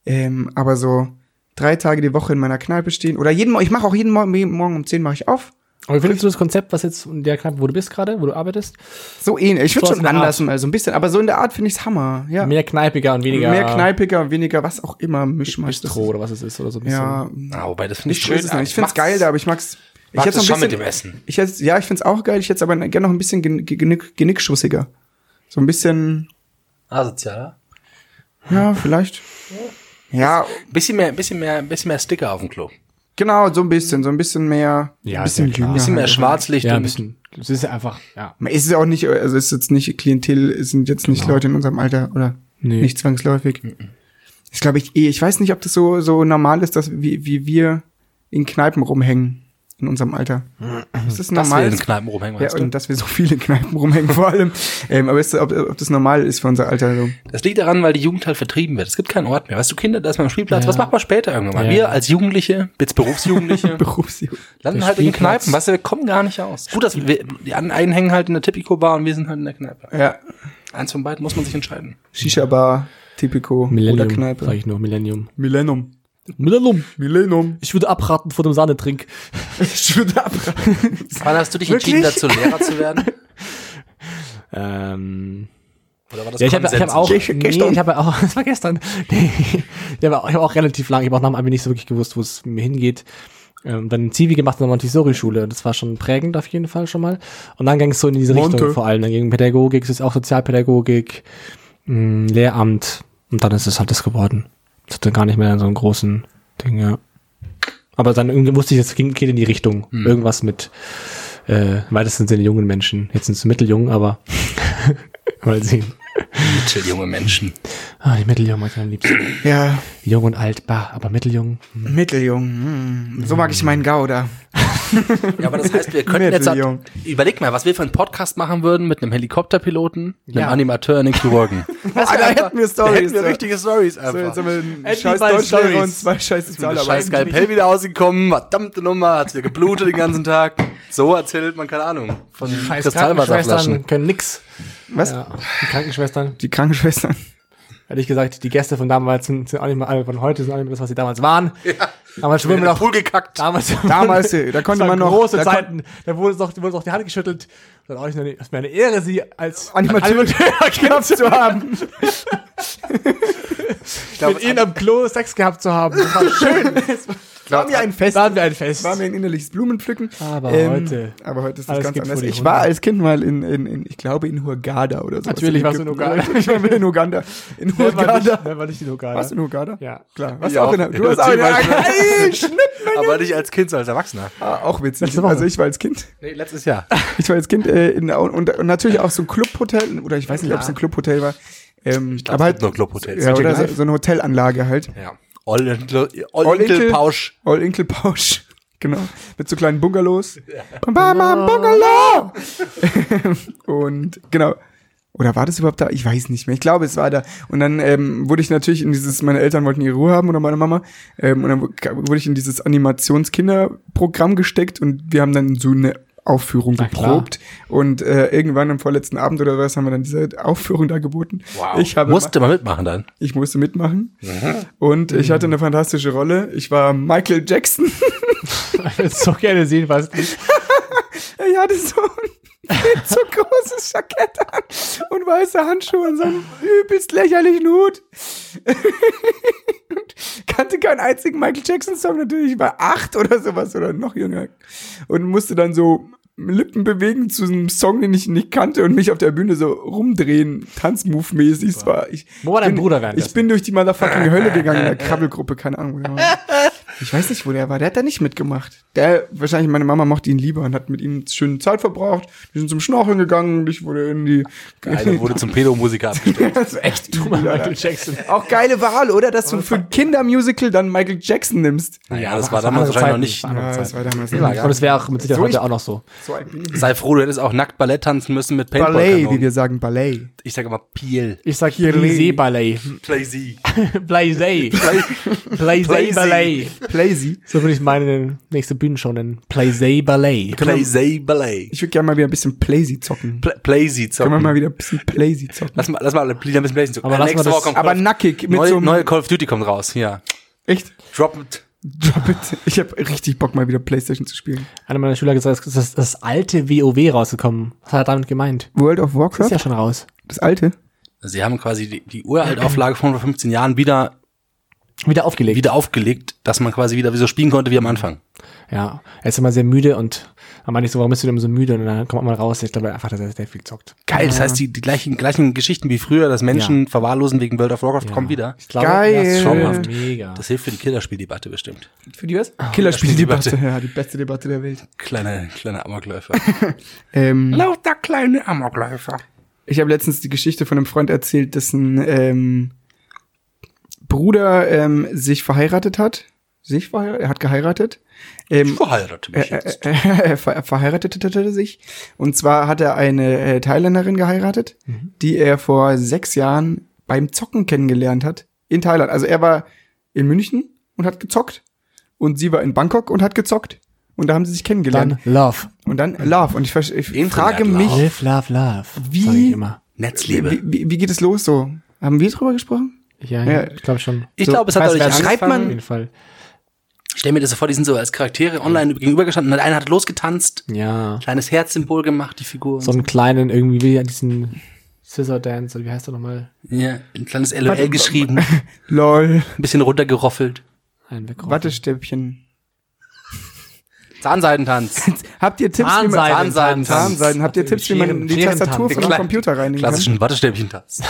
Ähm, aber so drei Tage die Woche in meiner Kneipe stehen oder jeden Morgen, ich mache auch jeden Morgen, jeden Morgen um zehn mache ich auf. aber wie findest du das Konzept, was jetzt in der Kneipe, wo du bist gerade, wo du arbeitest? So ähnlich. Ich würde So aus schon der Art. anders mal so ein bisschen, aber so in der Art finde ich's Hammer. Ja. Mehr, Mehr kneipiger und weniger kneipiger, weniger, was auch immer, Mischmasch. das Bistro oder was es ist oder so ein ist- Ja, mm. Ah, wobei, das finde ich nicht schön. schön. Ich finde es geil, da, aber ich mag's. Ich Ich hätt's es noch schon ein mit bisschen- dem Essen. Ich hätte, ja, ich find's auch geil. Ich hätte es aber gerne noch ein bisschen gen- genick, genickschussiger. So ein bisschen, Asozialer. ja, vielleicht. Ja, Bisschen mehr, bisschen mehr, bisschen mehr Sticker auf dem Klo. genau, so ein bisschen, so ein bisschen mehr. Ja, ein bisschen ist ja klar. jünger. Bisschen mehr Schwarzlicht. Ja, ein und- bisschen. Es ist ja einfach, ja. Man Ist es auch nicht, also ist jetzt nicht Klientel, es sind jetzt nicht Genau. Leute in unserem Alter oder Nee. nicht zwangsläufig. Ich glaube, ich, eh- ich weiß nicht, ob das so, so normal ist, dass wie, wie wir in Kneipen rumhängen in unserem Alter. Ist das Mhm. Dass wir normal? in Kneipen rumhängen, ja, meinst du? und dass wir so viele Kneipen rumhängen vor allem. Ähm, aber ist, ob, ob das normal ist für unser Alter so. Das liegt daran, weil die Jugend halt vertrieben wird. Es gibt keinen Ort mehr. Weißt du, Kinder, da ist man am Spielplatz. Ja. Was macht man später irgendwann mal? Ja. Wir als Jugendliche, jetzt Berufsjugendliche, Berufsjugend. landen Der halt in den Spielplatz. Kneipen. Weißt du, wir kommen gar nicht aus. Gut, dass wir, die einen hängen halt in der Tipico-Bar und wir sind halt in der Kneipe. Ja, Eins von beiden muss man sich entscheiden. Shisha-Bar, Typico Millennium, oder sag Kneipe. ich nur, Millennium. Millennium. Millennium. Millennium. Ich würde abraten vor dem Sahnetrink. Ich würde abraten. Wann hast du dich Wirklich? entschieden, dazu Lehrer zu werden? Ähm, Oder war das ja, ich habe ich hab Konsens? auch, Ich- nee, gestern. ich habe auch, das war gestern. Nee, ich habe auch, ich hab auch relativ lange, ich habe auch nach dem Abi nicht so wirklich gewusst, wo es mir hingeht. Ähm, dann Zivi gemacht in der Montessori-Schule. Das war schon prägend auf jeden Fall schon mal. Und dann ging es so in diese Monte. Richtung vor allem. Dann ging Pädagogik, es ist auch Sozialpädagogik, mh, Lehramt. Und dann ist es halt das geworden. Das hatte gar nicht mehr so einen großen Ding, ja. Aber dann irgendwie wusste ich, es ging, geht in die Richtung. Irgendwas mit, äh, im weitesten Sinne jungen Menschen. Jetzt sind es mitteljung, aber mal sehen. Mittel, junge Menschen. Ah, die Mitteljungen mag ich am liebsten. Ja, Jung und alt, bah, aber Mitteljung. Mitteljung. Hm. So mag ich meinen Gauder. Ja, aber das heißt, wir könnten jetzt... halt- Mitteljung. Überleg mal, was wir für einen Podcast machen würden mit einem Helikopterpiloten, einem Ja. Animateur und einem Chirurgen. Was Ah, da hätten wir Storys, hätten wir ja. richtige Stories einfach. So, jetzt haben wir einen Endlich scheiß mal Deutschlehrer Storys. und zwei scheiß Mit dem scheiß Sozialarbeiter. Skalpell wieder ausgekommen, verdammte Nummer, hat's wieder geblutet den ganzen Tag. So erzählt man, keine Ahnung, von Kristallwasserflaschen. können nix. Was? Ja, die Krankenschwestern. Die Krankenschwestern. Hätte ich gesagt, die Gäste von damals sind, sind auch nicht mehr alle von heute, sind auch nicht mehr das, was sie damals waren. Damals schwimmen wir noch. Pool gekackt. Damals, Damals, da das konnte man waren noch. große da kon- Zeiten. Da wurde es noch, wurde es noch die Hand geschüttelt. Dann auch nicht mehr, es wäre eine Ehre, sie als Animateur- gehabt zu haben. Ich glaub, Mit ihnen am Klo Sex gehabt zu haben. Das war schön. War mir ein Fest. Da hatten wir ein Fest. War mir ein innerliches Blumenpflücken. Ähm, Aber heute. Aber heute ist das Alles ganz geht anders. vor die Ich Hunde. war als Kind mal in, in, in ich glaube, in Hurghada oder so. Natürlich warst du in Hurghada. Ich war mit in Uganda. In Wer war Hurghada. nicht- wer war nicht in Hurghada? Warst du in Hurghada? Ja. Klar. Ich Warst du auch auch. in Du warst auch in Ey, schnipp aber- aber nicht als Kind, sondern als Erwachsener. Ah, auch witzig. Letzte Woche. Also ich war als Kind, Nee, letztes Jahr. ich war als Kind äh, in, und, und natürlich auch so ein Clubhotel oder ich weiß nicht, ob es ein Clubhotel war. Ähm, glaub, aber es halt, gibt nur Clubhotels. ja, City oder so, Life. so eine Hotelanlage halt. Ja. All-Inkel-Pausch. All-Inkel-Pausch. Genau. Mit so kleinen Bungalows. Bam, bam, bam, Bungalow! und genau. Oder war das überhaupt da? Ich weiß nicht mehr. Ich glaube, es war da. Und dann ähm, wurde ich natürlich in dieses, meine Eltern wollten ihre Ruhe haben oder meine Mama. Ähm, und dann wu- ka- wurde ich in dieses Animationskinderprogramm gesteckt und wir haben dann so eine Aufführung Na klar. geprobt. Und äh, irgendwann am vorletzten Abend oder was haben wir dann diese Aufführung da geboten. Ich habe Musste mal mitmachen dann. ich musste mitmachen. Und ich hatte eine fantastische Rolle. Ich war Michael Jackson. Ich würde so gerne sehen, was nicht. ich hatte so ein viel zu großes Jackett an und weiße Handschuhe und so einen übelst lächerlichen Hut. und kannte keinen einzigen Michael Jackson-Song natürlich. Ich war acht oder sowas oder noch jünger. Und musste dann so Lippen bewegen zu einem Song, den ich nicht kannte und mich auf der Bühne so rumdrehen, Tanzmove-mäßig. Es war- Ich, Wo war dein bin- Bruder währenddessen? Ich bin durch die motherfucking Hölle gegangen in der Krabbelgruppe, keine Ahnung. wo der war. Ich weiß nicht, wo der war. Der hat da nicht mitgemacht. Der, wahrscheinlich meine Mama mochte ihn lieber und hat mit ihm schöne Zeit verbracht. Die sind zum Schnorcheln gegangen und ich wurde in die. Eine wurde zum Pedomusiker abgestellt. das ist echt übel, Alter. Michael Jackson. Auch geile Wahl, oder? Dass du für ein Kindermusical dann Michael Jackson nimmst. Naja, das war aber das waren damals andere wahrscheinlich noch Zeiten. nicht. andere Ja, das war Zeit. damals Und es wäre auch mit Sicherheit So, ich- heute auch noch so. so ein Ding. Sei froh, du hättest auch nackt Ballett tanzen müssen mit Ballet, wie Paintball. wir sagen, Ballet. Ich sage immer Piel. Ich sag Hier- Plaisé-Ballet. Plazy. Plaisé. Plaisé-Ballet. Plazy. So würde ich meine nächste Bühnenshow nennen. Plaisé-Ballet. Plazy Ballet. Ich würde gerne mal wieder ein bisschen Plazy zocken. Pla- Plazy Können wir zocken. mal wieder ein bisschen Plazy zocken. Lass mal, lass mal alle Lieder ein bisschen Plazy zocken. Aber lass mal Nächste das- Woche kommt Aber Call of- nackig mit neue, so einem. neue Call of Duty kommt raus. Ja. Echt? Drop it. Drop it. Ich habe richtig Bock, mal wieder Playstation zu spielen. Einer meiner Schüler hat gesagt, es ist das, das alte WoW rausgekommen. Was hat er damit gemeint? World Das of ist ja Warcraft? schon raus. Das alte? Sie haben quasi die, die Uraltauflage von vor 15 Jahren wieder, Wieder aufgelegt. wieder aufgelegt, dass man quasi wieder so spielen konnte wie am Anfang. Ja, er ist immer sehr müde und dann meine ich so, warum bist du denn so müde? Und dann kommt man raus. Ich glaube einfach, dass er sehr viel zockt. Geil, das heißt, die, die gleichen, gleichen Geschichten wie früher, dass Menschen verwahrlosen wegen World of Warcraft kommen wieder. Ich glaube, Geil. Das ist schon mal Traumhaft. mega. Das hilft für die Killerspieldebatte bestimmt. Für die was? Killerspieldebatte. Ja, die beste Debatte der Welt. Kleine, kleine Amokläufer. Ähm, Lauter kleine Amokläufer. ich habe letztens die Geschichte von einem Freund erzählt, dessen ähm, Bruder ähm, sich verheiratet hat. Sich verheiratet? Er hat geheiratet. Ähm, Verheiratet mich er, jetzt. er, er äh, ver verheiratete sich. Und zwar hat er eine äh, Thailänderin geheiratet, die er vor sechs Jahren beim Zocken kennengelernt hat. In Thailand. Also er war in München und hat gezockt. Und sie war in Bangkok und hat gezockt. Und da haben sie sich kennengelernt. Dann Love. und dann Love. Und ich, vers- ich Internet frage Love. mich, Live, love, love. Wie- Sag ich immer. Netzliebe. Wie, wie, wie geht es los so? Haben wir drüber gesprochen? Ja, Ja. ja. ich glaube schon. Ich So, glaube, es hat weiß, dadurch wer angefangen. schreibt man? Auf jeden Fall. Ich stell mir das so vor, die sind so als Charaktere online gegenübergestanden und einer hat losgetanzt, Ja. kleines Herzsymbol gemacht, die Figur. und So einen kleinen, irgendwie, wie diesen Scissor Dance, oder wie heißt der nochmal? so. ja, ein kleines LOL geschrieben, ein Lol. bisschen runtergeroffelt. Einen wegraufen. Wattestäbchen. Zahnseitentanz. Habt ihr Tipps, wie man Zahnseiden- Zahnseiden- Zahnseiden, habt ihr Tipps, wie man in die Scheren- Tastatur Scherentanz. von einem Computer reinigen kann? Klassischen Wattestäbchentanz.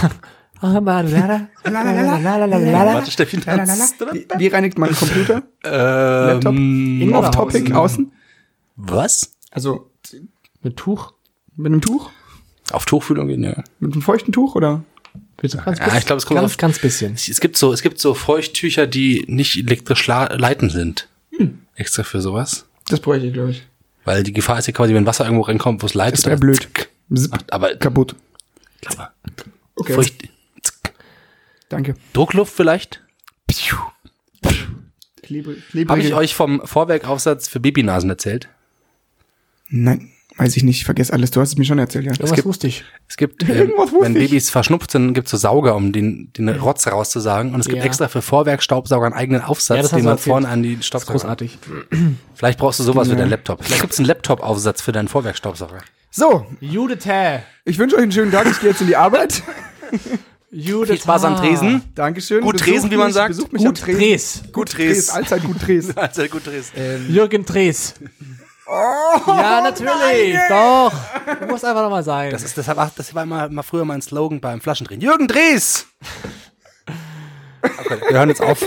Äh, Lalalala. Wattestäbchentanz. Wie, wie reinigt man einen Computer? Laptop? Ähm, Innen oder Off-Topic, außen? was? Also Mit Tuch? mit einem Tuch? Auf Tuchfühlung gehen, ja. Mit einem feuchten Tuch oder? Bitte. Ganz Ja, ich glaube, es kommt ganz, auf- ganz bisschen. Es gibt so, es gibt so Feuchttücher, die nicht elektrisch la- leitend sind. Extra für sowas. Das bräuchte ich, glaube ich. Weil die Gefahr ist ja quasi, wenn Wasser irgendwo reinkommt, wo es leitet. Das wäre dann- blöd. Ach, Zip, aber kaputt. aber Okay, Ah. Feucht, danke. Druckluft vielleicht? Klebrig. Habe ich euch vom Vorwerkaufsatz für Babynasen erzählt? Nein, weiß ich nicht. Ich vergesse alles. Du hast es mir schon erzählt, ja. Irgendwas gibt- wusste ich. Es gibt, ähm, Irgendwas wusste wenn ich. Babys verschnupft sind, gibt es so Sauger, um den, den Rotz rauszusagen. Und es gibt Ja. extra für Vorwerkstaubsauger einen eigenen Ja, Aufsatz, das hast den du man erzählt. vorne an die Das ist Staubsauger. großartig. Vielleicht brauchst du sowas für deinen Laptop. Vielleicht gibt es einen Laptop-Aufsatz für deinen Vorwerkstaubsauger. So, Judith! ich wünsche euch einen schönen Tag. Ich gehe jetzt in die Arbeit. Judith! Viel Spaß am Tresen. Dankeschön. Gut Besucht Tresen, wie man mich- sagt. Besucht mich am Gut Tresen. Dres. Gut Dres. Dres. Allzeit gut Dres. Also gut, Dres. Jürgen Dres. ja, natürlich. Doch. Muss einfach nochmal sein. Das ist, das war, das war mal, mal früher mein Slogan beim Flaschendrehen. Jürgen Dres! Okay, wir hören jetzt auf.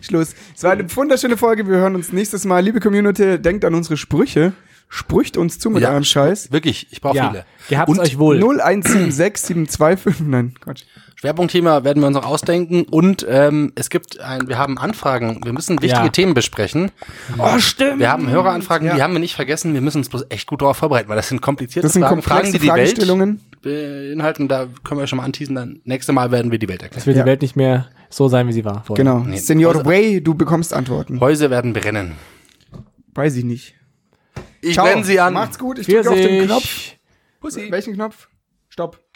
Schluss. Es war eine wunderschöne Folge. Wir hören uns nächstes Mal. Liebe Community, denkt an unsere Sprüche. Sprücht uns zu mit Ja. eurem Scheiß. Wirklich, ich brauche Ja, viele. gehabt's Und euch wohl. 0176725. Nein, Gott. Schwerpunktthema werden wir uns noch ausdenken und ähm, es gibt ein, wir haben Anfragen, wir müssen wichtige Ja. Themen besprechen. Oh, stimmt. Wir haben Höreranfragen, Ja. die haben wir nicht vergessen, wir müssen uns bloß echt gut darauf vorbereiten, weil das sind komplizierte Das sind Fragen, komplexe Fragen, die die Welt Fragestellungen. beinhalten, da können wir schon mal anteasen, dann nächste Mal werden wir die Welt Dass erklären. wir Ja. die Welt nicht mehr so sein, wie sie war. vorher. Genau. Nee. Also- Senior Way, du bekommst Antworten. Häuser werden brennen. Weiß ich nicht. Ich Ciao. brenne sie an. Macht's gut. Ich Wir drücke auf den sich. Knopf. Pussy. Welchen Knopf? Stopp.